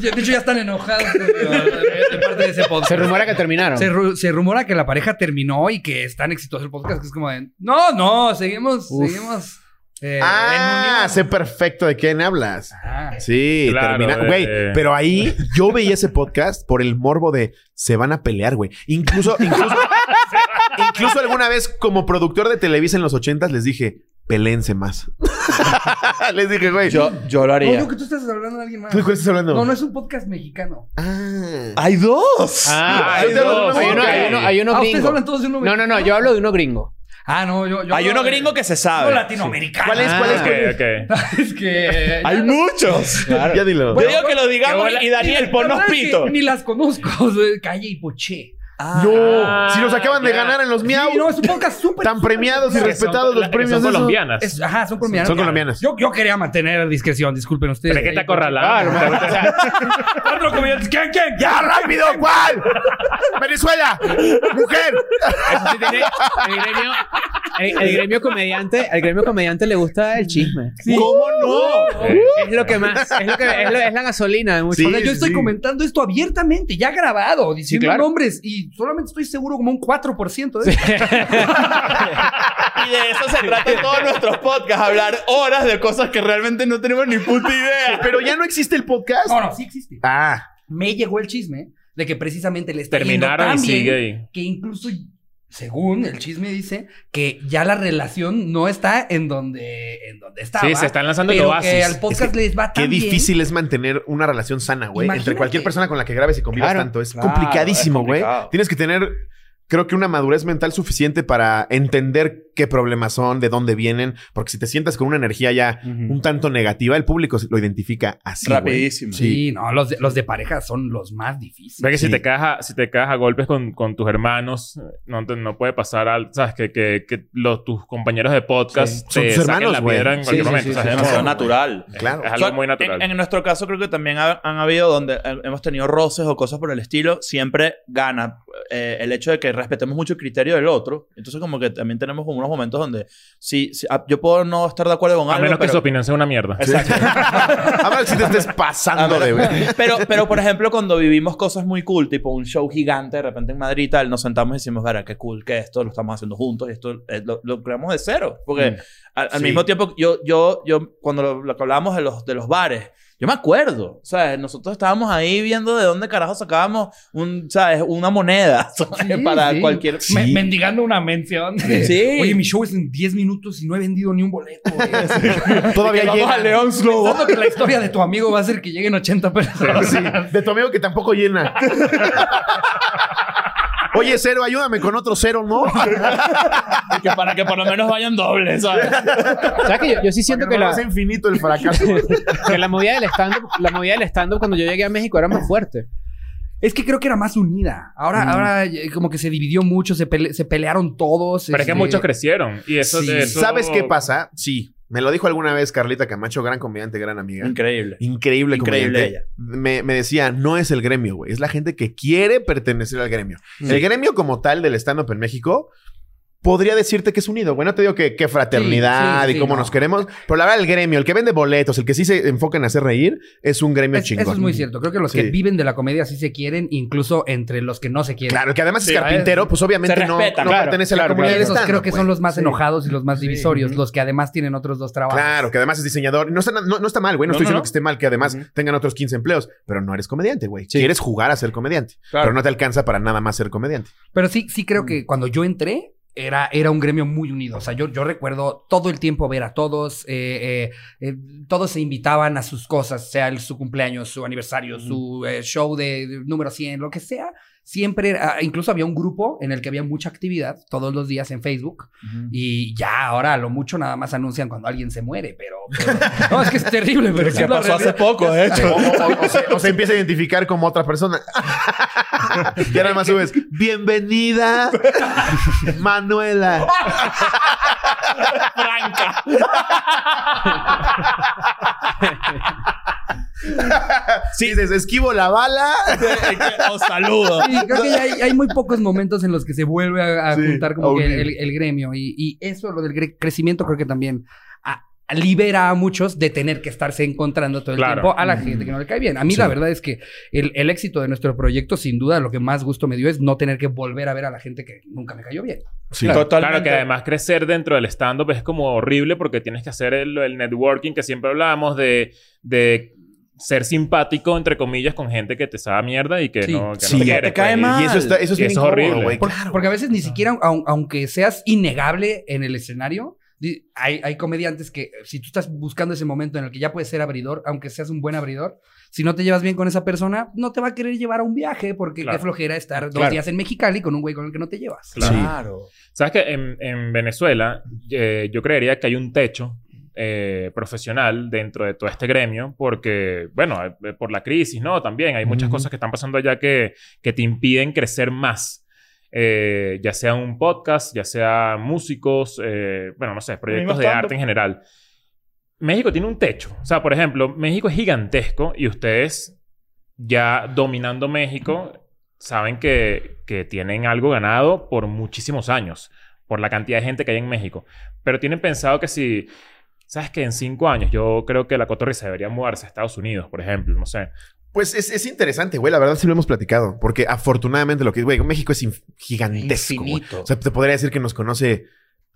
S3: De hecho, ya están enojados de, de parte de ese podcast.
S5: Se rumora que terminaron. Ah,
S3: Se, ru- se rumora que la pareja terminó y que es tan exitoso el podcast que es como de... No, no, seguimos,
S5: Uf.
S3: seguimos... eh, en
S1: Ah,
S3: unión".
S1: sé perfecto de quién hablas.
S3: Ah.
S1: Sí,
S4: Claro,
S1: termina.
S4: eh,
S1: Güey,
S4: eh.
S1: pero ahí yo veía ese podcast por el morbo de se van a pelear, güey. Incluso, incluso, incluso alguna vez, como productor de Televisa en los ochentas, les dije, pelense más. les dije, güey.
S2: Yo, yo lo
S3: No,
S2: haría.
S3: yo que tú estás hablando de alguien más.
S1: ¿Tú de cuál estás hablando?
S3: No, no es un podcast mexicano.
S1: Ah.
S2: ¡Hay dos!
S5: Ah,
S4: Hay
S5: hay uno,
S4: dos,
S5: hay uno,
S4: ok.
S5: hay uno, hay uno
S3: Ah, ustedes
S5: gringo.
S3: hablan todos de uno
S5: No, no, no, yo hablo de uno gringo.
S3: Ah, no, yo... yo
S2: Hay uno gringo que se sabe.
S3: latinoamericano. Ah,
S1: ¿Cuál es? ¿Cuál es?
S4: Ah, ok,
S1: ¿Cuál es?
S4: ok.
S3: es que...
S2: Hay muchos.
S5: Claro.
S1: Ya dilo.
S2: Yo digo que lo digamos
S4: Qué bola-
S2: y Daniel,
S3: La verdad
S2: ponnos
S3: es que
S2: pito.
S3: Ni las conozco. soy Calle y Poché.
S1: No,
S4: Ah,
S1: si los acaban de
S4: ya.
S1: ganar en los miau.
S3: Sí, no, es un podcast súper...
S1: Tan
S3: súper
S1: premiados y
S4: Que
S3: popular.
S4: son-
S1: respetados los
S4: la- que
S1: premios de
S4: Son
S1: eso.
S4: colombianas.
S3: Es- ajá, son colombianas.
S1: Son colombianas.
S3: Yo, yo quería mantener discreción, disculpen ustedes.
S4: Pero es que te
S3: Ah,
S4: acorralaron. te- te-
S3: Cuatro comediantes. ¿Quién, quién?
S1: ¡Ya, rápido! ¿Cuál? ¡Venezuela! ¡Mujer!
S5: Eso sí tiene- el, gremio, el- el gremio comediante, al gremio comediante le gusta el chisme.
S1: ¿Cómo no?
S4: Eh,
S5: Es lo que más, es lo que es, lo- es la gasolina de muchos.
S1: Sí,
S3: O sea, yo estoy
S1: sí.
S3: comentando esto abiertamente, ya grabado, diciendo
S5: claro.
S3: nombres y solamente estoy seguro como un 4% de eso.
S2: Y de eso se trata todos nuestros podcasts, hablar horas de cosas que realmente no tenemos ni puta idea.
S1: Pero ya no existe el podcast.
S3: No, no, sí existe.
S1: Ah,
S3: Me llegó el chisme de que precisamente le está
S4: Terminaron y
S3: yendo tan bien
S4: sigue ahí.
S3: que incluso según el chisme dice que ya la relación no está en donde en donde estaba.
S4: Sí, se están lanzando el
S3: pero que
S4: oasis.
S3: al podcast
S1: Es que-
S3: les va
S1: qué
S3: tan bien.
S1: difícil es mantener una relación sana, güey. Entre
S3: Imagínate.
S1: cualquier persona con la que grabes y convivas
S5: Claro,
S1: tanto. Es
S2: claro,
S1: complicadísimo,
S2: es
S1: güey.
S2: complicado.
S1: Tienes que tener, creo que una madurez mental suficiente para entender qué problemas son, de dónde vienen, porque si te sientas con una energía ya
S5: Ujú.
S1: un tanto negativa, el público lo identifica así. güey.
S2: Rapidísimo.
S1: Sí.
S3: Sí, no, los de, los de pareja son los más difíciles.
S4: Ve que
S1: Sí.
S4: si te caes a, si te caes a golpes con, con tus hermanos, no, te- no puede pasar al, sabes que, que, que los, tus compañeros de podcast
S1: Son
S4: te
S1: tus
S4: saquen
S1: hermanos,
S4: la
S1: güey.
S4: piedra en
S5: Sí,
S4: cualquier
S5: sí,
S4: momento.
S5: sí,
S4: ¿sabes?
S5: sí,
S2: Es
S4: Es
S5: sí.
S2: demasiado
S4: como-
S2: natural.
S1: Claro.
S4: Es
S2: O sea,
S4: algo muy natural.
S2: En, en nuestro caso, creo que también ha- han habido donde eh, hemos tenido roces o cosas por el estilo. Siempre gana eh, el hecho de que respetemos mucho el criterio del otro. Entonces, como que también tenemos como unos momentos donde si, si- ah, yo puedo no estar de acuerdo con
S4: a
S2: algo.
S4: menos que
S2: pero-
S4: su opinión sea una mierda.
S2: Exacto.
S1: Ahora si te estés pasando de
S2: pero, pero, por ejemplo, cuando vivimos cosas muy cool, tipo un show gigante de repente en Madrid y tal, nos sentamos y decimos, Vera, qué cool que esto lo estamos haciendo juntos y esto eh, lo, lo creamos de cero. Porque al, al
S1: Sí.
S2: mismo tiempo, yo, yo, yo, cuando lo, lo que hablábamos de los, de los bares, yo me acuerdo, ¿sabes? Nosotros estábamos ahí viendo de dónde carajo sacábamos un, ¿sabes? Una moneda ¿sabes?
S3: Sí,
S2: para
S3: sí.
S2: cualquier.
S3: Me- mendigando una mención. de,
S2: Sí.
S3: Oye, mi show es en 10 minutos y no he vendido ni un boleto. güey".
S1: Todavía
S2: Que vamos
S1: llena.
S2: a León Slobo.
S3: Pensando que la historia de tu amigo va a ser que lleguen 80 personas.
S1: Sí, de tu amigo que tampoco llena. Oye, cero, ayúdame con otro cero, ¿no?
S2: Que para que por lo menos vayan dobles, ¿sabes?
S5: ¿Sabes que yo, yo sí siento
S1: Porque
S5: que
S1: no
S5: la,
S1: es infinito el fracaso.
S5: que la movida del stand-up, la movida del stand-up cuando yo llegué a México era más fuerte.
S3: Es que creo que era más unida.
S1: Mm.
S3: Ahora, ahora eh, como que se dividió mucho, se, pele- se pelearon todos.
S4: Pero es que
S3: este,
S4: muchos crecieron. Y eso,
S3: Sí.
S4: eso-
S1: ¿Sabes qué pasa? Sí. Me lo dijo alguna vez Carlita Camacho, gran comediante, gran amiga.
S2: Increíble.
S1: Increíble,
S2: Increíble
S1: comediante. Me, me decía, no es el gremio, güey. Es la gente que quiere pertenecer al gremio.
S2: Sí.
S1: El gremio como tal del stand-up en México podría decirte que es unido. Bueno, te digo que qué fraternidad
S3: Sí, sí, sí,
S1: y cómo
S3: no.
S1: nos queremos. Pero la verdad, el gremio, el que vende boletos, el que sí se enfoca en hacer reír, es un gremio
S3: es-
S1: chingón.
S3: eso es muy cierto. Creo que los que
S1: Sí.
S3: viven de la comedia sí se quieren, incluso entre los que no se quieren.
S1: Claro, el que además
S4: Sí,
S1: es carpintero, pues obviamente
S2: se
S1: no,
S2: respeta,
S1: no
S5: claro,
S1: pertenece a la
S5: claro,
S1: comunidad
S5: claro.
S1: del
S3: Esos
S1: stand-up, pues.
S3: creo que son
S1: güey.
S3: los más enojados y los más
S1: Sí,
S3: divisorios,
S1: ujú.
S3: los que además tienen otros dos trabajos.
S1: Claro, que además es diseñador. No está, na- no, no está mal, güey. No,
S2: No,
S1: estoy
S2: no,
S1: diciendo
S2: no.
S1: que esté mal que además
S4: Ujú.
S1: tengan otros 15 empleos, pero no eres comediante, güey.
S5: Sí.
S1: Quieres jugar a ser comediante,
S2: Claro.
S1: pero no te alcanza para nada más ser comediante.
S3: Pero sí, sí creo que cuando yo entré, era, era un gremio muy unido. O sea, yo, yo recuerdo todo el tiempo ver a todos. eh, eh, eh, todos se invitaban a sus cosas, sea el- su cumpleaños, su aniversario, su eh, show de, de número 100, lo que sea. Siempre, era- incluso había un grupo en el que había mucha actividad todos los días en Facebook. Y ya ahora a lo mucho nada más anuncian cuando alguien se muere, pero. pero- no, es que es terrible, pero sí
S2: Que
S3: es la
S2: pasó hace
S3: realidad.
S2: poco, de
S1: O,
S2: hecho.
S1: o- o se, o se empieza a identificar como otra persona. y ahora más subes, bienvenida, Manuela.
S2: Franca.
S1: Sí. Dices, esquivo la bala.
S2: Os saludo.
S3: Sí, creo que ya hay, hay muy pocos momentos en los que se vuelve a, a
S1: Sí,
S3: juntar como
S1: a
S3: que
S1: unir.
S3: el, el gremio. Y, y eso, lo del gre- crecimiento, creo que también a- libera a muchos de tener que estarse encontrando todo el
S4: Claro.
S3: tiempo a la gente que no le cae bien. A mí la
S1: Sí.
S3: verdad es que el, el éxito de nuestro proyecto, sin duda, lo que más gusto me dio es no tener que volver a ver a la gente que nunca me cayó bien.
S1: Sí.
S4: Claro que además crecer dentro del stand-up es como horrible porque tienes que hacer el, el networking que siempre hablábamos de, de ser simpático, entre comillas, con gente que te sabe mierda y que
S3: Sí.
S4: no, que
S1: Sí.
S4: no
S1: Que te
S4: quiere,
S2: cae
S4: pues.
S2: mal.
S1: Y eso, está, eso es
S4: Y
S1: bien
S4: eso es
S1: incómodo,
S4: horrible.
S1: güey.
S3: Por-
S1: Claro,
S3: porque a veces ni
S1: Ajá.
S3: siquiera, aun- aunque seas innegable en el escenario, di- hay, hay comediantes que eh, si tú estás buscando ese momento en el que ya puedes ser abridor, aunque seas un buen abridor, si no te llevas bien con esa persona, no te va a querer llevar a un viaje porque
S4: Claro.
S3: qué flojera estar dos
S5: Claro.
S3: días en Mexicali con un güey con el que no te llevas.
S1: Claro.
S4: ¿Sabes que en, en Venezuela eh, yo creería que hay un techo eh, profesional dentro de todo este gremio porque, bueno, eh, por la crisis, ¿no? También hay muchas
S5: Ujú.
S4: cosas que están pasando allá que, que te impiden crecer más. Eh, ya sea un podcast, ya sea músicos, eh, bueno, no sé, proyectos de
S2: stand-up.
S4: arte en general. México tiene un techo. O sea, por ejemplo, México es gigantesco y ustedes ya dominando México saben que, que tienen algo ganado por muchísimos años, por la cantidad de gente que hay en México. Pero tienen pensado que si, ¿sabes que En cinco años yo creo que la cotorriza debería mudarse a Estados Unidos, por ejemplo, no sé.
S1: Pues es, es interesante, güey. La verdad sí lo hemos platicado. Porque afortunadamente lo que... Güey, México es inf- gigantesco, güey.
S3: Infinito.
S1: O sea, te podría decir que nos conoce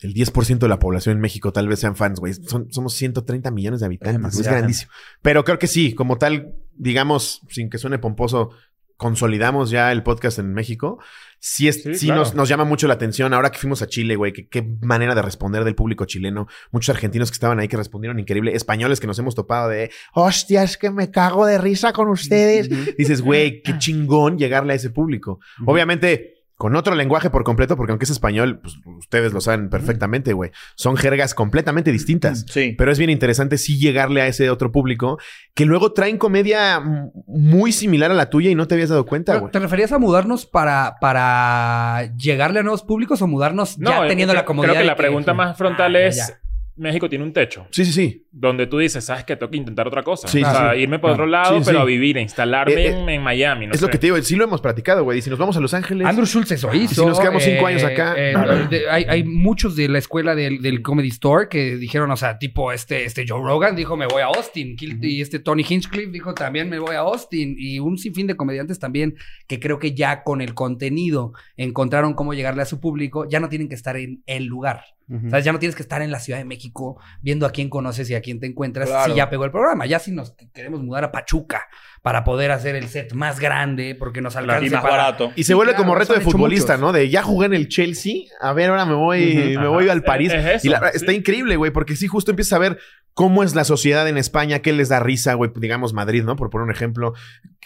S1: el 10% de la población en México, tal vez sean fans, güey. Son- somos 130 millones de habitantes. güey. Es,
S2: demasiada
S1: grandísimo. Pero creo que sí, como tal, digamos, sin que suene pomposo, consolidamos ya el podcast en México. Sí, es,
S4: Sí,
S1: sí
S4: claro.
S1: nos, nos llama mucho la atención. Ahora que fuimos a Chile, güey, que- qué manera de responder del público chileno. Muchos argentinos que estaban ahí que respondieron increíble. Españoles que nos hemos topado de, hostia, es que me cago de risa con ustedes. Dices, güey, qué chingón llegarle a ese público. Obviamente, con otro lenguaje por completo, porque aunque es español, pues ustedes lo saben perfectamente, güey. Son jergas completamente distintas.
S5: Mm,
S2: Sí.
S1: Pero es bien interesante sí llegarle a ese otro público que luego traen comedia m- muy similar a la tuya y no te habías dado cuenta,
S3: Pero,
S1: güey.
S3: ¿Te referías a mudarnos para, para llegarle a nuevos públicos o mudarnos ya
S4: yo
S3: teniendo
S4: eh, creo-
S3: la comodidad?
S4: Creo que
S3: de
S4: la pregunta más frontal
S3: Ah, ya,
S4: es:
S3: ya.
S4: México tiene un techo.
S1: Sí, sí, sí.
S4: Donde tú dices, sabes que tengo que intentar otra cosa.
S1: Sí,
S4: o sea,
S1: sí,
S4: irme para otro
S1: Sí,
S4: lado,
S1: sí.
S4: pero a vivir, a instalarme
S1: Eh, eh,
S4: en, en Miami. No
S1: es lo que te digo, sí lo hemos platicado, güey. Y si nos vamos a Los Ángeles.
S3: Andrew Schultz eso hizo. eh,
S1: Si nos quedamos cinco años acá, nada.
S3: de- hay, hay muchos de la escuela del, del Comedy Store que dijeron, o sea, tipo este, este Joe Rogan dijo, me voy a Austin. Kil- Y este Tony Hinchcliffe dijo, también me voy a Austin. Y un sinfín de comediantes también que creo que ya con el contenido encontraron cómo llegarle a su público. Ya no tienen que estar en el lugar.
S5: Ujú.
S3: ¿Sabes? Ya no tienes que estar en la Ciudad de México viendo a quién conoces y a quién te encuentras
S2: Claro.
S3: si ya pegó el programa. Ya si nos queremos mudar a Pachuca para poder hacer el set más grande porque nos alcanza
S2: Y más
S3: para-
S2: barato.
S1: Y se
S3: Sí,
S1: vuelve
S3: claro,
S1: como
S3: eso
S1: reto
S3: han
S1: de
S3: hecho
S1: futbolista,
S3: muchos.
S1: ¿no? De ya jugué en el Chelsea, a ver, ahora me voy,
S5: Ujú,
S1: me
S4: ajá.
S1: voy al París.
S4: Es- es
S1: y la-
S4: eso,
S1: está
S4: sí.
S1: increíble, güey, porque sí, justo empiezas a ver cómo es la sociedad en España, qué les da risa, güey, digamos Madrid, ¿no? Por poner un ejemplo,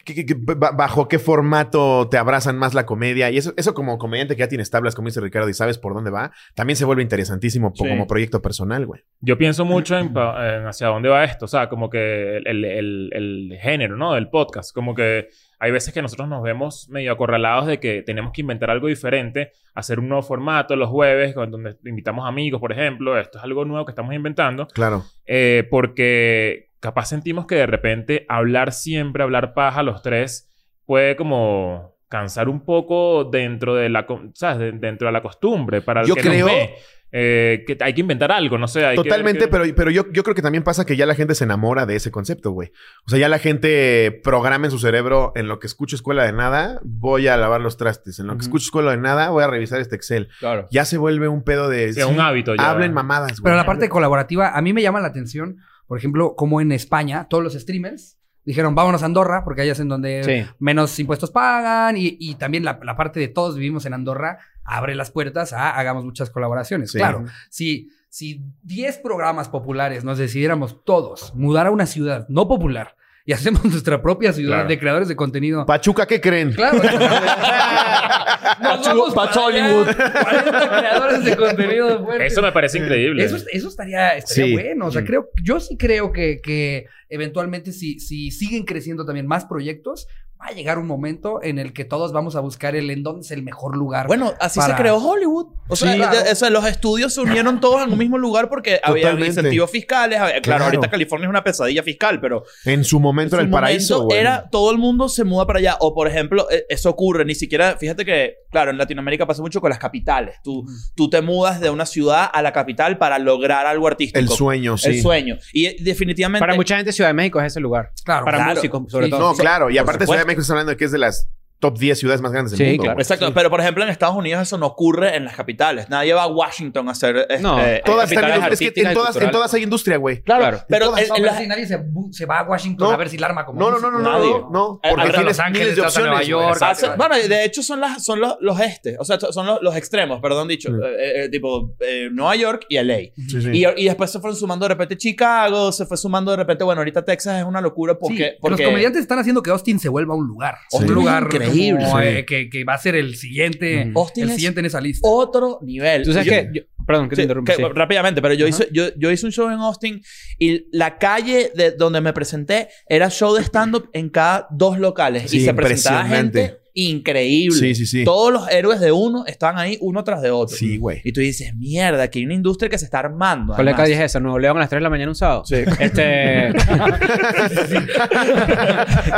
S1: ¿Qué- qué- qué- ba- bajo qué formato te abrazan más la comedia. Y eso, eso como comediante que ya tienes tablas, como dice Ricardo, y sabes por dónde va, también se vuelve interesantísimo po-
S4: Sí.
S1: como proyecto personal, güey.
S4: Yo pienso mucho en, pa- en hacia dónde va esto, o sea, como que el, el- el- el género, ¿no? Del podcast, como que hay veces que nosotros nos vemos medio acorralados de que tenemos que inventar algo diferente, hacer un nuevo formato los jueves, con- donde invitamos amigos, por ejemplo, esto es algo nuevo que estamos inventando,
S1: Claro.
S4: eh, porque capaz sentimos que de repente hablar siempre, hablar paja los tres, puede como cansar un poco dentro de la, co- ¿sabes? De- dentro de la costumbre para el
S1: Yo
S4: que nos
S1: creo-
S4: ve. Eh, que hay que inventar algo, no sé. hay que ver
S1: Totalmente,
S4: qué-
S1: pero, pero yo, yo creo que también pasa que ya la gente se enamora de ese concepto, güey. O sea, ya la gente programa en su cerebro en lo que escucho escuela de nada, voy a lavar los trastes. En lo que
S5: Ujú.
S1: escucho escuela de nada, voy a revisar este Excel.
S5: Claro.
S1: Ya se vuelve un pedo de...
S4: Sí, un hábito ya.
S1: Hablen mamadas, güey.
S3: Pero la parte colaborativa, a mí me llama la atención, por ejemplo, como en España, todos los streamers dijeron, vámonos a Andorra, porque allá es en donde
S5: Sí.
S3: menos impuestos pagan y, y también la, la parte de todos vivimos en Andorra abre las puertas a hagamos muchas colaboraciones.
S1: Sí.
S3: Claro, si, si 10 programas populares nos decidiéramos todos mudar a una ciudad no popular y hacemos nuestra propia ciudad
S4: Claro.
S3: de creadores de contenido.
S1: Pachuca, ¿qué creen?
S3: Claro.
S2: Pachu- Pachollywood.
S3: 40 creadores de contenido fuertes.
S4: Eso me parece increíble.
S3: Eh, Eso, eso estaría, estaría
S1: Sí.
S3: bueno. O sea,
S1: Mm.
S3: creo, yo sí creo que, que eventualmente si, si siguen creciendo también más proyectos, va a llegar un momento en el que todos vamos a buscar el en dónde es el mejor lugar.
S2: Bueno, así
S3: Para-
S2: se creó Hollywood. O sea,
S3: Sí.
S2: de- de- o sea, los estudios se unieron todos en un mismo lugar porque había
S1: Totalmente.
S2: incentivos fiscales. había- claro,
S1: Claro.
S2: ahorita California es una pesadilla fiscal, pero
S1: En su momento
S2: en
S1: era el
S2: su
S1: paraíso,
S2: momento
S1: güey.
S2: era todo el mundo se muda para allá. O por ejemplo, e- eso ocurre. Ni siquiera, fíjate que, claro, en Latinoamérica pasa mucho con las capitales.
S3: Mm.
S2: Tú, tú te mudas de una ciudad a la capital para lograr algo artístico.
S1: El sueño, sí.
S2: El sueño. Y eh, definitivamente.
S5: Para mucha gente Ciudad de México es ese lugar.
S3: claro,
S5: Para
S3: claro.
S5: músicos, sobre
S3: Sí,
S5: todo.
S1: No, claro. Y aparte Ciudad de
S2: supuesto.
S1: México está hablando de que es de las top 10 ciudades más grandes del
S5: Sí,
S1: mundo.
S5: claro.
S1: güey.
S2: Exacto, pero por ejemplo en Estados Unidos eso no ocurre en las capitales. Nadie va a Washington a hacer. este,
S5: No,
S2: eh,
S1: Todas están-
S5: capitales
S1: es que
S5: artísticas
S1: en
S5: y
S1: todas, en
S5: culturales.
S1: todas hay industria, güey.
S2: Claro,
S5: Claro.
S2: pero
S3: Todas
S2: en-
S3: son,
S2: en
S3: pero
S2: las-
S3: si nadie se, bu- se va a Washington
S1: No.
S3: a ver si la arma como
S1: No, no, no,
S3: músico.
S1: no, no,
S2: Nadie.
S1: no, no.
S2: Al-
S1: Porque
S2: al-
S1: tienes
S3: Los Ángeles,
S1: miles de
S3: estás a Nueva
S1: opciones. güey.
S3: York,
S1: Exacto.
S2: Hace-
S3: Exacto.
S2: bueno, de hecho Ah, son, las, son los, los este, o sea, son los, los extremos, perdón dicho,
S1: Mm.
S2: Eh, eh, tipo eh, Nueva York y LA.
S1: Sí, sí.
S2: Y, y después se fueron sumando de repente Chicago, se fue sumando de repente, bueno, ahorita Texas es una locura
S3: Sí,
S2: porque... porque
S3: Los comediantes están haciendo que Austin se vuelva un lugar.
S1: Austin
S3: Un
S1: es
S3: lugar
S2: increíble.
S3: como,
S1: Sí. Mm.
S3: eh, que, que va a ser el siguiente,
S2: Austin
S3: el
S2: es-
S3: siguiente en esa lista.
S2: Otro nivel.
S5: Tú sabes
S2: Yo-
S5: que... yo- Perdón, que
S2: Sí,
S5: te interrumpí.
S2: que-
S5: sí.
S2: Rápidamente, pero yo hice, yo, yo hice un show en Austin y la calle de donde me presenté era show de stand-up en cada dos locales. y
S1: Sí,
S2: se presentaba
S1: impresionante.
S2: gente increíble.
S1: Sí, sí, sí.
S2: Todos los héroes de uno estaban ahí, uno tras de otro.
S1: Sí, güey.
S2: Y tú dices, mierda, que hay una industria que se está armando.
S5: ¿Cuál de
S2: además".
S5: calle es esa? ¿Nuevo León a las 3 de la mañana un sábado?
S2: Sí.
S5: Este...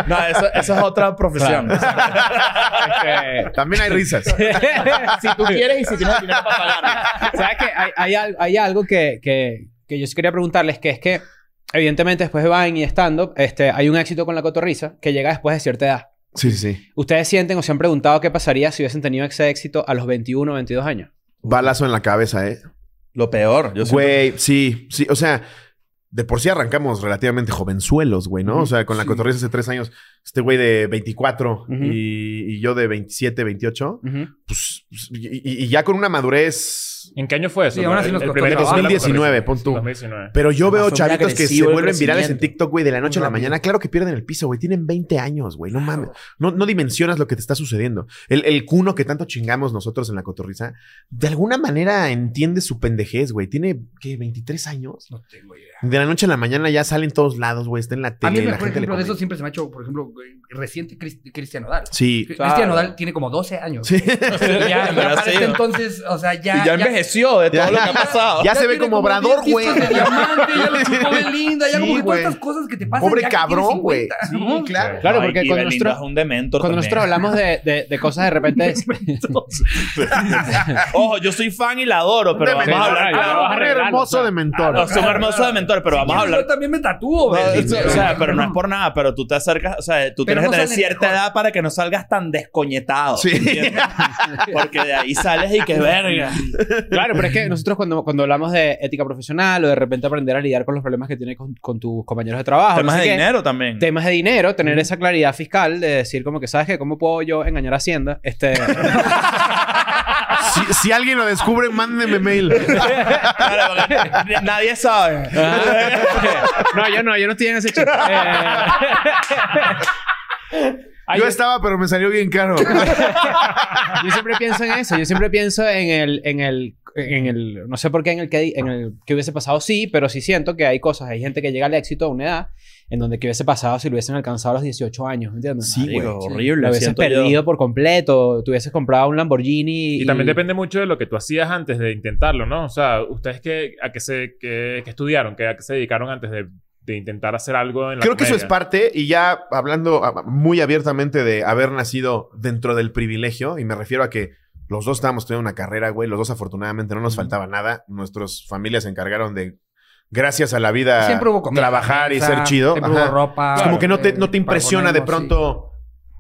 S2: no, eso, eso es otra profesión.
S5: este...
S1: También hay risas.
S2: si tú quieres y si tienes dinero para pagar.
S5: ¿Sabes qué? Hay, hay al- hay algo que, que- que yo sí quería preguntarles, que es que, evidentemente, después de Vine y stand-up, este, hay un éxito con la cotorriza que llega después de cierta edad.
S1: Sí, sí, sí.
S5: ¿Ustedes sienten o se han preguntado qué pasaría si hubiesen tenido ese éxito a los 21 o 22 años?
S1: Balazo en la cabeza, ¿eh?
S2: Lo peor. Yo siempre-
S1: Güey, sí, sí. O sea, de por sí arrancamos relativamente jovenzuelos, güey, ¿no? O sea, con la cotorriza hace tres años, este güey de 24
S5: Ujú.
S1: y, y yo de 27, 28, pues, pues, y, y- y ya con una madurez es...
S4: ¿En qué año fue eso?
S3: Sí, aún así
S4: El-
S3: nos
S4: el
S3: costó
S4: primer
S3: trabajo.
S4: episodio de la
S1: 2019, pon
S4: conferencia.
S1: tú.
S4: 2019.
S1: Pero yo veo
S2: Fue muy
S1: chavitos que se
S2: agresivo el
S1: vuelven virales en
S2: crecimiento.
S1: TikTok, güey, de la noche a la
S3: Rápido.
S1: mañana. Claro que pierden el piso, güey. Tienen 20 años, güey. No mames. No, no dimensionas lo que te está sucediendo. El, el cuno que tanto chingamos nosotros en la cotorriza, de alguna manera entiende su pendejez, güey. Tiene, ¿qué? 23 años.
S3: No tengo idea.
S1: De la noche a la mañana ya sale en todos lados, güey. Está en la
S3: A
S1: tele.
S3: mí,
S1: la
S3: por
S1: gente le
S3: ejemplo, de eso
S1: comenta.
S3: siempre se me ha hecho, por ejemplo, güey, reciente Crist- Cristian Nodal.
S1: Sí.
S3: Cri-
S2: Claro.
S3: Cristian Nodal tiene como 12 años.
S1: Sí.
S3: Ya,
S2: Pero
S3: para
S2: sí,
S3: este
S2: ¿no?
S3: entonces, o sea, ya...
S2: Ya,
S3: ya-
S2: envejeció de todo
S1: Ya-
S2: lo que ha pasado.
S1: Ya se ve
S3: tiene
S1: como Obrador,
S3: 10
S1: güey.
S3: discos de diamante, ya lo chupó Belinda, ya
S1: Sí,
S3: como que todas
S1: güey.
S3: estas cosas que te pasan.
S1: Pobre
S3: ya que
S1: cabrón,
S3: tienes
S1: güey.
S3: 50,
S1: Sí,
S3: ¿no?
S1: claro.
S5: Claro,
S2: Ay,
S5: porque
S2: y
S5: cuando
S2: Belinda
S5: nosotros-
S2: es un dementor
S5: Cuando
S2: también.
S5: nosotros hablamos de, de- de cosas de repente...
S2: Ojo, yo soy fan y la adoro, pero vamos a
S1: Dementor.
S2: hablar.
S1: Ah,
S5: claro,
S1: un
S5: vas a arreglar,
S1: hermoso
S5: o sea.
S1: de mentor.
S2: Ah, No, son hermosos dementores, pero vamos a hablar.
S3: Yo también me tatúo,
S2: No,
S3: güey.
S2: eso- o sea, pero no es por nada, pero tú te acercas, o sea, tú
S3: Pero
S2: tienes
S3: no
S2: que tener
S3: sale
S2: cierta
S3: mejor.
S2: edad para que no salgas tan descoñetado.
S1: Sí.
S2: ¿entiendes? Porque de ahí sales y que verga.
S5: Claro, pero es que nosotros cuando, cuando hablamos de ética profesional o de repente aprender a lidiar con los problemas que tienes con, con tus compañeros de trabajo. no
S2: Temas
S5: sé
S2: de
S5: qué,
S2: dinero también.
S5: Temas de dinero, tener esa claridad fiscal de decir como que, ¿sabes qué? ¿Cómo puedo yo engañar a Hacienda? Este...
S1: Si, si alguien lo descubre, mándenme mail.
S2: Claro, porque nadie sabe.
S1: Ah.
S5: no, yo no, yo no estoy en ese chiste. Eh, Ay,
S1: Yo
S5: yo-
S1: estaba, pero me salió bien caro.
S5: Yo siempre pienso en eso. Yo siempre pienso en el, en el, en el, no sé por qué, en el que, en el que hubiese pasado sí, pero sí siento que hay cosas. Hay gente que llega al éxito a una edad en donde que hubiese pasado si lo hubiesen alcanzado a los 18 años, ¿me entiendes?
S1: Sí, güey.
S2: Digo,
S5: Lo
S2: horrible.
S5: hubieses
S2: siento yo.
S5: perdido por completo. Tú hubieses comprado un Lamborghini.
S4: Y también depende mucho de lo que tú hacías antes de intentarlo, ¿no? O sea, ¿ustedes qué, a qué se qué, qué estudiaron? Qué, ¿A qué se dedicaron antes de, de intentar hacer algo en la
S1: Creo que eso es
S4: comedia?
S1: parte, y ya hablando ah, muy abiertamente de haber nacido dentro del privilegio, y me refiero a que los dos estábamos teniendo una carrera, güey, los dos afortunadamente no nos faltaba nada, nuestras familias se encargaron de, gracias a la vida,
S3: Siempre hubo comida.
S1: trabajar y
S3: O sea,
S1: ser chido.
S3: Siempre
S1: Ajá.
S3: hubo ropa.
S1: Es como que no te, no te
S3: eh,
S1: impresiona de
S3: para ponernos,
S1: pronto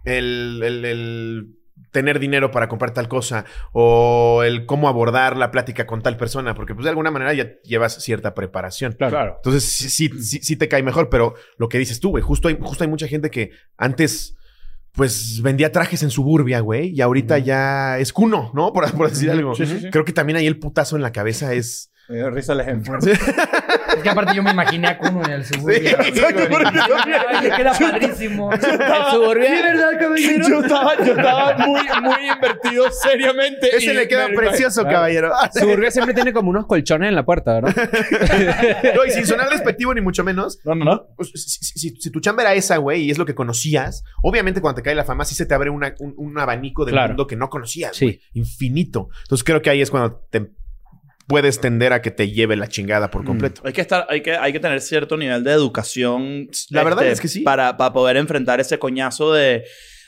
S1: el, el- el tener dinero para comprar tal cosa o el cómo abordar la plática con tal persona, porque pues de alguna manera ya llevas cierta preparación.
S5: Claro.
S1: Entonces sí, sí, sí- sí te cae mejor, pero lo que dices tú, güey, justo hay, justo hay mucha gente que antes pues vendía trajes en suburbia, güey, y ahorita ya es cuno, ¿no? Por, por decir algo. Creo que también ahí el putazo en la cabeza es...
S2: Me dio risa el ejemplo.
S3: sí. Es que aparte yo me imaginé a Kuno en el seguro.
S1: Sí, exacto, porque
S3: Ay, que era padrísimo.
S2: estaba-
S3: El suburbia. Sí, ¿verdad, caballero?
S2: Yo estaba, yo estaba muy, muy invertido seriamente.
S1: Ese
S2: y
S1: le queda
S2: me-
S1: precioso,
S5: Claro.
S1: caballero.
S5: Suburbia siempre tiene como unos colchones en la puerta, ¿verdad?
S1: No, y sin sonar despectivo ni mucho menos,
S2: No, no, no.
S1: pues, si, si- si- si tu chamba era esa, güey, y es lo que conocías, obviamente cuando te cae la fama sí se te abre una- un, un abanico del
S5: Claro.
S1: mundo que no conocías,
S5: Sí.
S1: güey, infinito. Entonces creo que ahí es cuando te puedes tender a que te lleve la chingada
S5: Mm.
S1: por completo.
S2: Hay que, estar, hay, que, hay que tener cierto nivel de educación. este,
S1: La verdad es que sí.
S2: Para, para poder enfrentar ese coñazo de,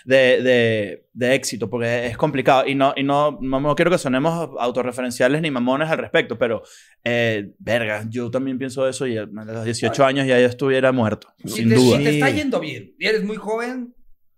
S2: de, de, de éxito, porque es complicado. Y no, y no, no, no quiero que sonemos autorreferenciales ni mamones al respecto, pero, eh, verga, yo también pienso eso y a los 18 años ya yo estuviera muerto,
S3: Si
S2: sin
S3: te,
S2: duda.
S3: si te está yendo bien y eres muy joven,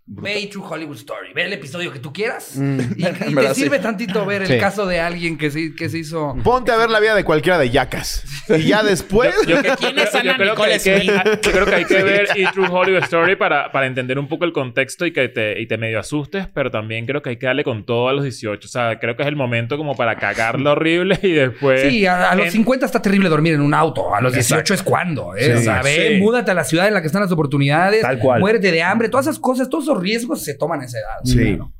S3: ve True Hollywood Story. Ve el episodio que tú quieras. Y, y
S2: Mm. En
S3: te
S2: verdad, sí.
S3: sirve tantito ver el
S5: Sí.
S3: caso de alguien que se, que se hizo...
S1: Ponte a ver la vida de cualquiera de yacas. Y ya después...
S4: Yo, yo-
S2: ¿Quién
S4: yo-
S2: es
S4: yo
S2: Ana
S4: creo que hay
S2: Nicole
S4: que,
S2: Smith?
S4: yo creo que hay que ver y True Hollywood Story para, para entender un poco el contexto y que te, y te medio asustes, pero también creo que hay que darle con todo a los 18. O sea, creo que es el momento como para cagarlo horrible y después...
S3: Sí, a, a los
S4: Pues, en-
S3: 50 está terrible dormir en un auto. A los 18 es cuando. ¿eh?
S1: Sí.
S3: o sea, ve,
S4: Sí.
S3: múdate a la ciudad en la que están las oportunidades.
S2: Tal cual.
S3: Muérete de hambre. Todas esas cosas, todos esos riesgos se toman a esa edad.
S1: Sí.
S3: Claro.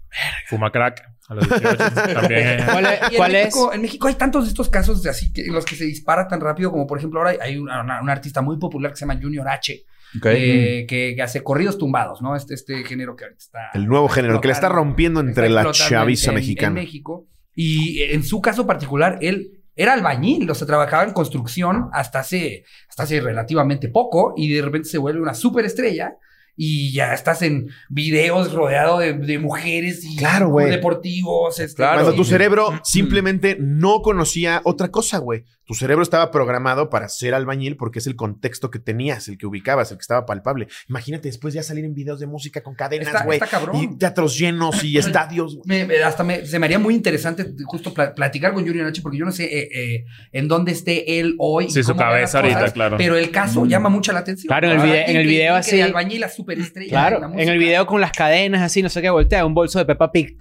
S4: Fuma crack a los 18. también es-
S5: ¿Cuál es?
S3: Y en,
S5: cuál es?
S3: México, en México hay tantos de estos casos de así que, en los que se dispara tan rápido, como por ejemplo ahora hay, hay una, una- una artista muy popular que se llama Junior H, eh,
S1: Mm.
S3: que, que hace corridos tumbados, ¿no? Este, este género que ahorita está...
S1: El nuevo género que le está rompiendo entre la
S3: explotando
S1: chaviza
S3: en- en-
S1: mexicana.
S3: En México. Y eh, en su caso particular, él era albañil, o sea, trabajaba en construcción hasta hace, hasta hace relativamente poco y de repente se vuelve una superestrella. Y ya estás en videos rodeado de, de mujeres y
S1: Claro, güey.
S3: deportivos. este,
S2: Claro.
S1: Cuando
S3: y-
S1: tu cerebro simplemente no conocía otra cosa, güey. Tu cerebro estaba programado para ser albañil porque es el contexto que tenías, el que ubicabas, el que estaba palpable. Imagínate después ya salir en videos de música con
S3: Está,
S1: cadenas, güey.
S3: está cabrón.
S1: Y teatros llenos y estadios. güey.
S3: Me- me- hasta me- se me haría muy interesante justo pla- platicar con Junior H porque yo no sé eh, eh, en dónde esté él hoy. y
S4: Sí, su
S3: cómo vea las
S4: cabeza ahorita,
S3: cosas,
S4: claro.
S3: Pero el caso
S1: Mm.
S3: llama mucho la atención.
S5: Claro, en el
S3: Ahora,
S5: vide- en
S3: alguien
S5: el
S3: que-
S5: video
S3: alguien que de
S5: así-
S3: albañil a superestrella.
S5: Claro,
S3: la
S5: en
S3: música.
S5: el video con las cadenas así, no sé qué, voltea un bolso de Peppa Pig.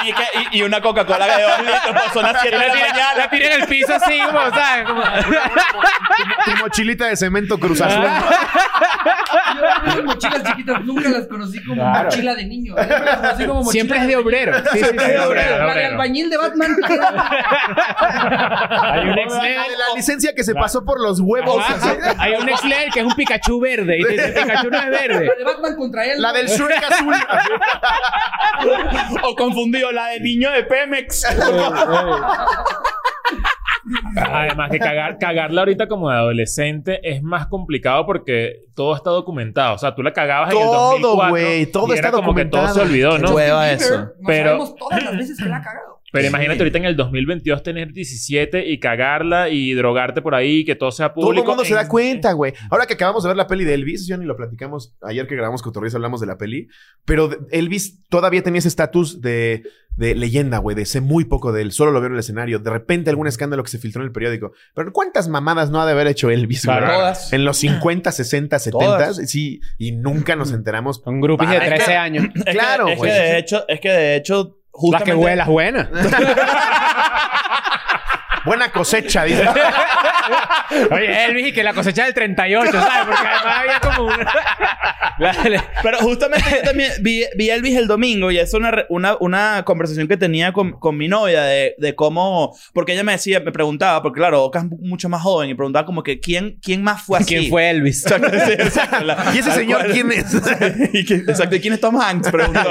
S2: y, que- y- y una Coca-Cola de dos litros, pues son las 7 de la mañana.
S5: La tiré en el piso así, como, ¿sabes? Como-
S1: Tu mochilita de cemento Cruz Azul.
S3: Yo las mochilas chiquitas nunca las conocí como mochila de niño. Yo las conocí como mochila
S5: Siempre es de obrero. Sí, sí, sí.
S4: de obrero,
S3: La de
S4: obrero.
S3: albañil de Batman.
S4: Hay un ex
S1: La de la licencia que se pasó por los huevos.
S5: Ajá. Hay un Slayer que es un Pikachu verde. Y te dice, Pikachu no es verde.
S3: La de Batman contra él.
S1: La del Shrek azul.
S2: O confundido, la de niño de Pemex.
S4: Además que cagar, cagarla ahorita como de adolescente es más complicado porque todo está documentado. O sea, tú la cagabas
S1: Todo,
S4: en el 2004.
S1: güey, todo
S4: y era
S1: está
S4: como que todo se
S1: documentado.
S4: olvidó, ¿no?
S2: Hueva
S3: Peter, no
S4: Pero-
S3: sabemos todas las veces que la ha cagado.
S4: Pero imagínate ahorita en el 2022 tener 17 y cagarla y drogarte por ahí, que todo sea
S1: Todo
S4: público.
S1: el mundo se
S4: en-
S1: da cuenta, güey. Ahora que acabamos de ver la peli de Elvis, ya ni lo platicamos ayer que grabamos con Torres, hablamos de la peli, pero de- Elvis todavía tenía ese estatus de, de leyenda, güey, de sé muy poco de él, solo lo veo en el escenario, de repente algún escándalo que se filtró en el periódico. Pero ¿cuántas mamadas no ha de haber hecho Elvis, güey?
S4: Claro.
S2: Todas.
S1: En los 50, 60, 70, sí, y nunca nos enteramos.
S5: Son grupis de 13 años.
S1: Claro, pues.
S2: es que,
S1: güey.
S2: es que de hecho, es que de hecho,
S5: Las que
S2: justamente.
S5: huelen, las buenas.
S1: Buena cosecha, dice.
S5: Oye, Elvis y que la cosecha del 38, ¿sabes? Porque además había como una... La-
S2: Pero justamente yo también vi, vi Elvis el domingo y es una, re- una, una conversación que tenía con, con mi novia de, de cómo... Porque ella me decía, me preguntaba, porque claro, Oka es mu- mucho más joven y preguntaba como que quién, quién más fue así.
S5: ¿Quién fue Elvis?
S2: Exacto, sí, exacto, la-
S1: ¿Y ese
S2: tal
S1: señor
S2: cual.
S1: quién es?
S2: ¿Y quién- exacto, ¿y quién es Tom Hanks? Preguntó.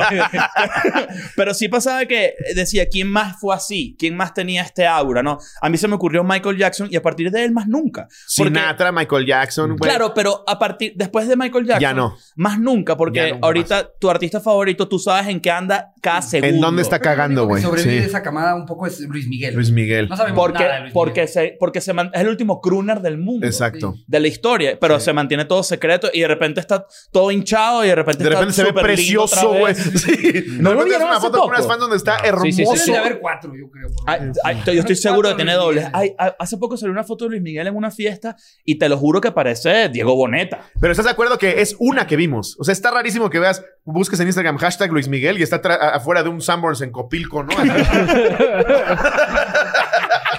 S2: Pero sí pasaba que decía, ¿quién más fue así? ¿Quién más tenía este aura? ¿no? A mí se me ocurrió Michael Jackson y a partir de él más nunca. Porque-
S1: Sinatra, Michael Jackson, güey.
S2: Claro, pero a partir después de Michael Jackson,
S1: Ya no.
S2: más nunca, porque
S1: Ya nunca
S2: ahorita tu artista favorito, tú sabes en qué anda cada segundo.
S1: ¿En dónde está cagando,
S3: El único
S1: güey?
S3: que Sobrevive de
S1: Sí.
S3: esa camada un poco es Luis Miguel.
S1: Luis Miguel.
S3: No sabemos
S2: Porque,
S3: nada de Luis
S2: porque,
S3: Miguel.
S2: se, porque se man- es el último crooner del mundo.
S1: Exacto.
S2: De la historia, pero se mantiene todo secreto y de repente está todo hinchado y de repente
S1: De
S2: está
S1: repente se ve
S2: superlindo otra
S1: precioso,
S2: vez.
S1: güey. Sí.
S2: ¿No
S1: No
S2: lo
S1: lo
S2: vieron
S1: una
S2: hace
S1: foto con unas
S2: poco?
S1: fans donde está
S5: Sí, sí, sí,
S1: hermoso.
S5: sí.
S3: Deben de haber cuatro, yo creo. por lo
S2: Ay,
S3: menos.
S2: ay, yo estoy seguro de tener
S3: Cuatro Luis
S2: dobles. Ay, a- hace poco salió una foto de Luis Miguel en una fiesta y te lo juro que parece Diego Boneta.
S1: Pero estás de acuerdo que es una que vimos. O sea, está rarísimo que veas, busques en Instagram hashtag Luis Miguel y está tra- a- afuera de un Sanborns en Copilco, ¿no?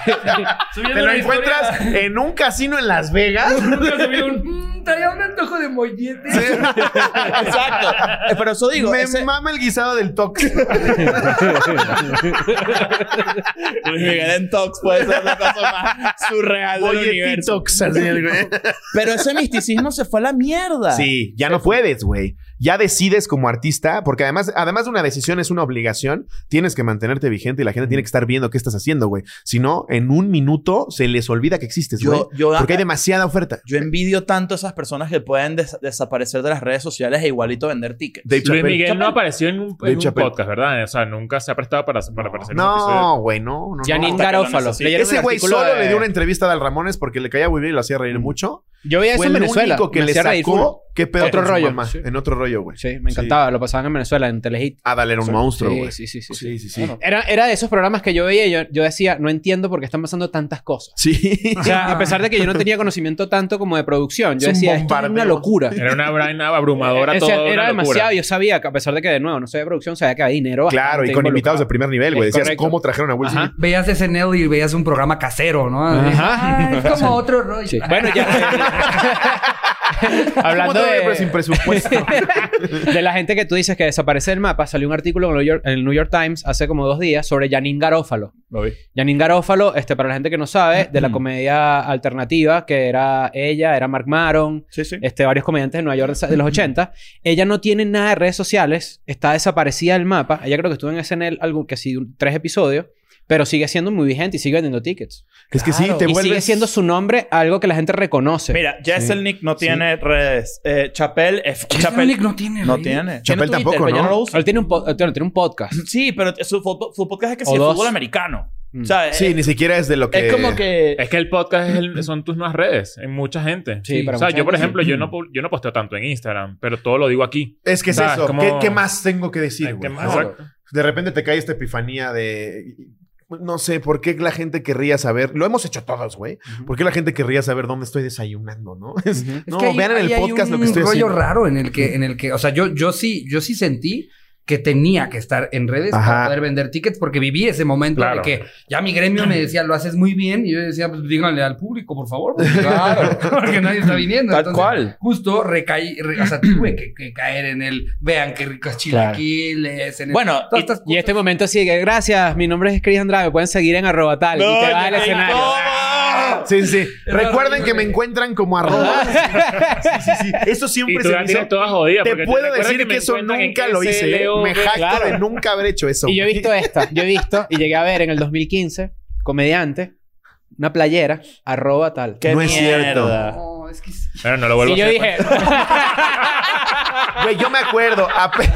S1: Así,
S6: Subiendo
S1: Te lo
S6: una
S1: encuentras
S6: historia-
S1: en un casino en Las Vegas.
S6: Nunca subí un...
S3: Mm, traía un antojo de mollete.
S2: Exacto. Eh, Pero eso digo,
S1: Me
S2: ese-
S1: mama el guisado del tox.
S2: Luis Miguel en Tox puede ser la cosa más surreal del
S1: Oye,
S2: universo.
S1: tox. así, güey.
S2: Pero ese misticismo se fue a la
S5: Ah.
S2: mierda.
S1: Sí, ya no puedes, güey. Ya decides como artista, porque además, además de una decisión es una obligación, tienes que mantenerte vigente y la gente tiene que estar viendo qué estás haciendo, güey. Si no, en un minuto se les olvida que existes, güey.
S2: Yo, yo,
S1: Porque hay demasiada oferta.
S2: yo envidio tanto a esas personas que pueden des- desaparecer de las redes sociales e igualito vender tickets.
S1: Dave
S4: Luis
S1: Chappelle.
S4: Miguel no apareció en un,
S1: Dave
S4: en un
S1: Chappelle.
S4: podcast, ¿verdad? O sea, nunca se ha prestado para, para aparecer en un episodio.
S1: No, güey, no, no.
S5: Janine
S1: no.
S5: Garófalo.
S2: necesito.
S5: ¿Leyeron el
S1: Ese güey
S5: artículo
S1: solo
S5: de-
S1: le dio una entrevista a Dal Ramones porque le caía muy bien y lo hacía reír mucho.
S5: Yo veía eso
S1: Fue
S5: en
S1: el
S5: Venezuela.
S1: único que
S5: me
S1: le
S5: hacía reír full.
S1: sacó. ¿Qué pedo
S5: Otro
S1: con su
S5: rollo.
S1: mamá?
S5: Sí.
S1: En otro rollo, güey.
S5: Sí, me encantaba. Lo pasaban en Venezuela, en Telehit.
S1: Adal era un monstruo, güey.
S5: Sí, sí, sí, sí.
S1: Sí, sí, sí.
S5: Bueno, Era, era de esos programas que yo veía y yo, yo decía, no entiendo por qué están pasando tantas cosas.
S1: Sí.
S5: O sea, a pesar de que yo no tenía conocimiento tanto como de producción, yo
S1: Es un
S5: decía, esto es una
S1: bombardeo".
S5: locura.
S4: Era una vaina abrumadora
S5: Eh, o
S4: todo.
S5: sea,
S4: una
S5: era
S4: locura.
S5: demasiado. Yo sabía que, a pesar de que, de nuevo, no sabía de producción, sabía que había dinero.
S1: Claro, y
S5: bastante
S1: con invitados de
S5: involucrado.
S1: primer nivel, güey.
S5: Es
S1: Decías,
S5: correcto.
S1: ¿cómo trajeron a Will
S5: Ajá.
S1: Smith?
S3: Veías SNL y veías un programa casero, ¿no?
S5: Ajá.
S3: Ah, es como otro rollo.
S5: Sí. Bueno, ya.
S1: ¿Cómo
S5: Hablando
S1: te voy a ver sin
S5: de,
S1: presupuesto.
S5: Pues, de la gente que tú dices que desaparece del mapa, salió un artículo en el New York, en el New York Times hace como dos días sobre Janine Garófalo.
S4: Lo vi.
S5: Janine Garófalo, este, para la gente que no sabe, de
S1: Mm.
S5: la comedia alternativa, que era ella, era Mark Maron,
S2: Sí, sí.
S5: este, varios comediantes de Nueva York de los 80. Ella no tiene nada de redes sociales, está desaparecida del mapa. Ella creo que estuvo en SNL algún, que sí, un- tres episodios, pero sigue siendo muy vigente y sigue vendiendo tickets.
S1: Es que sí,
S2: Claro.
S1: te
S5: y
S1: vuelves...
S5: sigue siendo su nombre algo que la gente reconoce.
S2: Mira, Jesselnik no tiene redes. Eh, Chapel, eh, Chapel
S3: Nick no tiene.
S2: no
S3: redes.
S2: tiene.
S1: Chapel
S2: Tiene Twitter,
S1: tampoco,
S2: pero ya
S1: ¿no?
S2: lo usa.
S5: Él tiene un, po- él tiene un podcast.
S2: Sí, pero su, fo- su podcast es que sí,
S5: O
S2: es
S5: dos.
S2: fútbol americano.
S5: Mm.
S2: O sea, eh, es-
S1: Sí, ni siquiera Eh, es de lo que...
S2: es como que...
S4: Es que el podcast es el- son tus nuevas redes en mucha gente.
S5: Sí, para
S4: o sea,
S5: mucha
S4: yo, por
S5: gente, sí.
S4: ejemplo, yo no, pu- yo no posteo tanto en Instagram, pero todo lo digo aquí.
S1: Es que es
S4: Ah,
S1: eso.
S4: como-
S1: ¿Qué, qué más tengo que decir,
S4: Ay, qué
S1: güey?
S4: más-
S1: O sea,
S4: exacto.
S1: De repente te cae esta epifanía de... No sé, ¿por qué la gente querría saber? Lo hemos hecho todos, güey. ¿Por qué la gente querría saber dónde estoy desayunando, no? Es-
S5: Ujú.
S3: Es
S1: no,
S3: que ahí-
S1: vean en el
S3: ahí hay
S1: podcast lo que
S3: un
S1: estoy
S3: rollo
S1: haciendo.
S3: raro en el que, en el que, o sea, yo, yo sí, yo sí sentí que tenía que estar en redes para
S1: Ajá.
S3: poder vender tickets porque viví ese momento
S4: Claro.
S3: de que ya mi gremio me decía, lo haces muy bien. Y yo decía, pues díganle al público, por favor. porque- Claro, porque nadie está viniendo.
S2: Tal
S3: Entonces,
S2: cual.
S3: Justo recaí, re- o sea, tuve que, que caer en el, vean qué ricos chilaquiles. en el-
S2: Bueno,
S3: todas
S2: y-
S3: estas
S5: Y
S3: cosas.
S5: este momento sigue. Gracias, mi nombre es Chris Andrade. Me pueden seguir en arroba tal. y te vas al escenario.
S1: Sí, sí, sí. Recuerden que me encuentran como arroba. Sí, sí, sí. Eso
S4: Y
S1: siempre
S4: tú
S1: se
S4: la
S1: me hizo.
S4: tienes toda jodida.
S1: Te
S4: porque
S1: puedo
S4: recuerdas
S1: decir que,
S4: me
S1: eso
S4: encuentran en
S1: nunca lo hice. ¿eh?
S4: SLO,
S1: Me jacto
S5: claro.
S1: de nunca haber hecho eso.
S5: Y yo he visto esta. Yo he visto y llegué a ver en el 2015, comediante, una playera, arroba tal.
S2: ¡Qué
S1: No es
S2: mierda!
S3: No, es que sí.
S4: Bueno, no lo vuelvo
S5: Y yo
S4: a hacer.
S5: dije,
S1: Güey, yo me acuerdo. ape-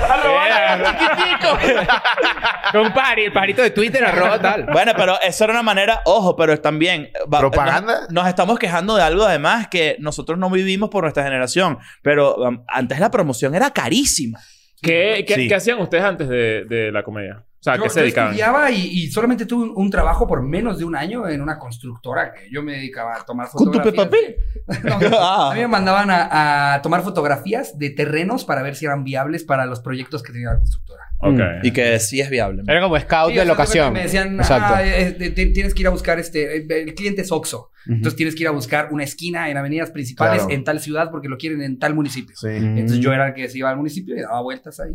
S5: con pari, el parito de Twitter, arroba tal.
S2: Bueno, pero eso era una manera, ojo, pero también. va-
S1: ¿Propaganda?
S2: Nos, nos estamos quejando de algo además que nosotros no vivimos por nuestra generación, pero um, antes la promoción era carísima.
S4: ¿Qué, qué,
S1: Sí.
S4: qué hacían ustedes antes de, de la comedia? O sea, ¿a
S3: Yo-
S4: qué Ah, se
S3: yo
S4: dedicaban?
S3: estudiaba y, y solamente tuve un, un trabajo por menos de un año en una constructora que yo me dedicaba a tomar
S2: ¿Con tu
S3: fotografías.
S2: papel?
S3: de- No, no,
S2: Ah.
S3: A mí me mandaban a, a tomar fotografías de terrenos para ver si eran viables para los proyectos que tenía la constructora.
S4: Ok.
S1: Mm.
S2: Y que sí es viable.
S5: Era como scout
S3: Sí,
S5: Ah, de
S3: o sea,
S5: locación.
S3: Me decían,
S5: Exacto.
S3: "Ah, eh, eh, te- tienes que ir a buscar este, eh, el cliente es Oxxo. Entonces tienes que ir a buscar una esquina en avenidas principales
S1: Claro. Mm.
S3: en tal ciudad porque lo quieren en tal municipio.
S1: Sí.
S3: Entonces yo era el que se iba al municipio y daba vueltas ahí.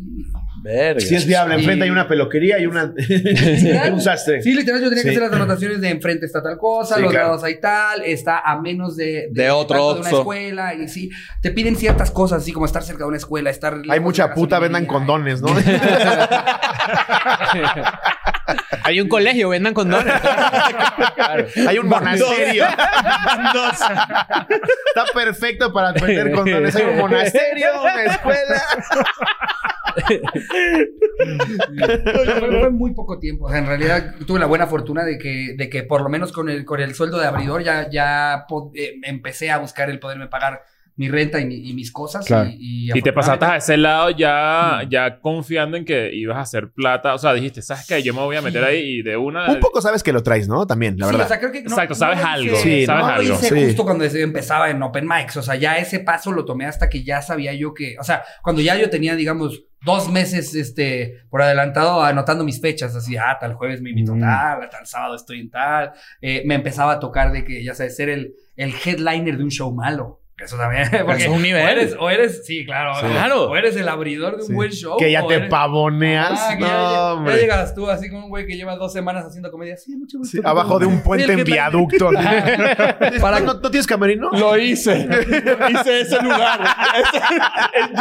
S2: Verga.
S1: Sí es viable. Enfrente hay una peluquería y una... un sastre.
S3: Sí, literal, yo tenía que
S1: Sí.
S3: hacer las anotaciones de enfrente está tal cosa,
S1: Sí,
S3: los
S1: claro.
S3: lados hay tal, está a menos de,
S2: De otro
S3: tanto de una
S2: Oxxo.
S3: escuela y sí. Te piden ciertas cosas, así como estar cerca de una escuela, estar. lejos de
S1: Hay
S3: una
S1: mucha puta, vendan
S3: gasolinería.
S1: condones, ¿no?
S5: Hay un colegio, vendan condones. Claro.
S1: Hay un
S2: Bandos.
S1: monasterio. Está perfecto para vender condones. Hay un monasterio, una escuela.
S3: Fue, fue muy poco tiempo. O sea, en realidad tuve la buena fortuna de que, de que por lo menos con el, con el sueldo de abridor ya, ya po- eh, empecé a buscar el poderme pagar mi renta y, mi- y mis cosas.
S5: Claro.
S3: Y,
S4: Y te pasaste a
S3: afortunadamente-
S4: ese lado
S1: Mm.
S4: ya, ya confiando en que ibas a hacer plata. O sea, dijiste, ¿sabes qué? Yo me voy a meter ahí y de una.
S1: Un poco sabes que lo traes, ¿no? También, la
S3: Sí,
S1: verdad.
S3: o sea, creo que no-
S4: Exacto,
S3: no
S4: sabes
S3: lo
S4: algo,
S1: Sí,
S4: sabes
S3: no lo
S4: algo.
S3: hice
S1: Sí.
S3: justo cuando se- empezaba en Open Mics. O sea, ya ese paso lo tomé hasta que ya sabía yo que. O sea, cuando ya yo tenía, digamos, dos meses este, por adelantado anotando mis fechas. Así, ah, tal jueves me invito a
S1: Mm.
S3: tal, tal sábado estoy en tal. eh, me empezaba a tocar de que, ya sabes, ser el, el headliner de un show malo. Que Eso también. Porque
S2: eso es un nivel.
S3: O eres, o eres sí, claro,
S1: Sí.
S3: claro. O eres el abridor de un
S1: Sí.
S3: buen show.
S1: que ya
S3: o
S1: te
S3: eres-
S1: pavoneas.
S3: Ah, que
S1: no,
S3: ya- ya,
S1: hombre.
S3: llegas tú así como un güey que lleva dos semanas haciendo comedia. Sí, mucho gusto.
S1: Sí, abajo de un puente
S3: Oye,
S1: en
S3: ¿qué tal?
S1: viaducto.
S3: Para-
S1: ¿No, ¿No tienes camerino?
S2: Lo hice. hice ese lugar.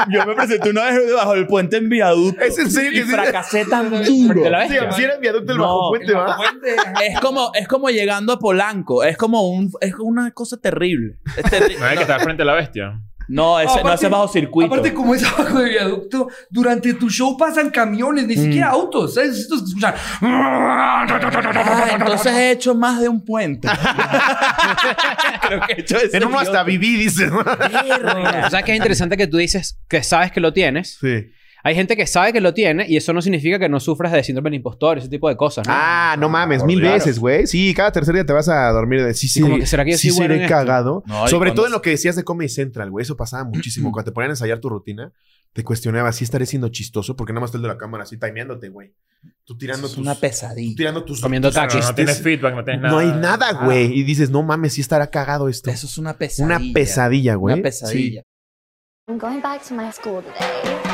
S2: yo me presenté una vez debajo del puente en viaducto.
S1: Es en serio
S2: Y
S1: que sí.
S2: fracasé tan duro.
S5: ¿Te la ves?
S1: Sí, si era en viaducto el
S2: No,
S1: bajo puente,
S3: Bajo
S1: ¿va?
S3: puente.
S2: Es como, es como llegando a Polanco. Es como un, es una cosa terrible. Es terri-
S4: No hay que estar frente a la bestia.
S2: no, ese, no,
S3: Aparte-
S2: ese es bajo circuito.
S3: Aparte, como es abajo de viaducto, durante tu show pasan camiones,
S5: Mm.
S3: ni siquiera autos. ¿Sabes? Estos que escuchan.
S2: Ah, entonces he hecho más de un puente. Creo que he hecho ese
S1: En uno hasta viví, dices. ¿no?
S2: Verga.
S5: O sea, que es interesante que tú dices que sabes que lo tienes.
S1: Sí.
S5: Hay gente que sabe que lo tiene y eso no significa que no sufras de síndrome del impostor, ese tipo de cosas. ¿no?
S1: Ah, no mames, mil
S2: Claro.
S1: veces, güey. Sí, cada tercer día te vas a dormir de sí, sí,
S5: como que, ¿será que yo
S1: sí
S5: soy bueno
S1: seré
S5: en esto?
S1: cagado.
S2: No, y
S1: Sobre
S2: cuando-
S1: todo en lo que decías de Comedy Central, güey. Eso pasaba muchísimo. Cuando te ponían a ensayar tu rutina, te cuestionabas si estaré siendo chistoso porque nada más estás de la cámara así timeándote, güey. Tú tirando
S2: Es
S1: tus...
S2: una
S1: tú
S2: pesadilla.
S1: tirando tus...
S5: Comiendo
S1: tus
S5: tacos.
S4: No, no tienes
S1: chistes.
S4: feedback, no tienes nada.
S1: No hay nada, güey. Y dices, no mames, sí estará cagado esto.
S2: Eso es una pesadilla.
S1: Una pesadilla, güey.
S2: Una pesadilla.
S1: Sí.
S7: I'm going back to my school today.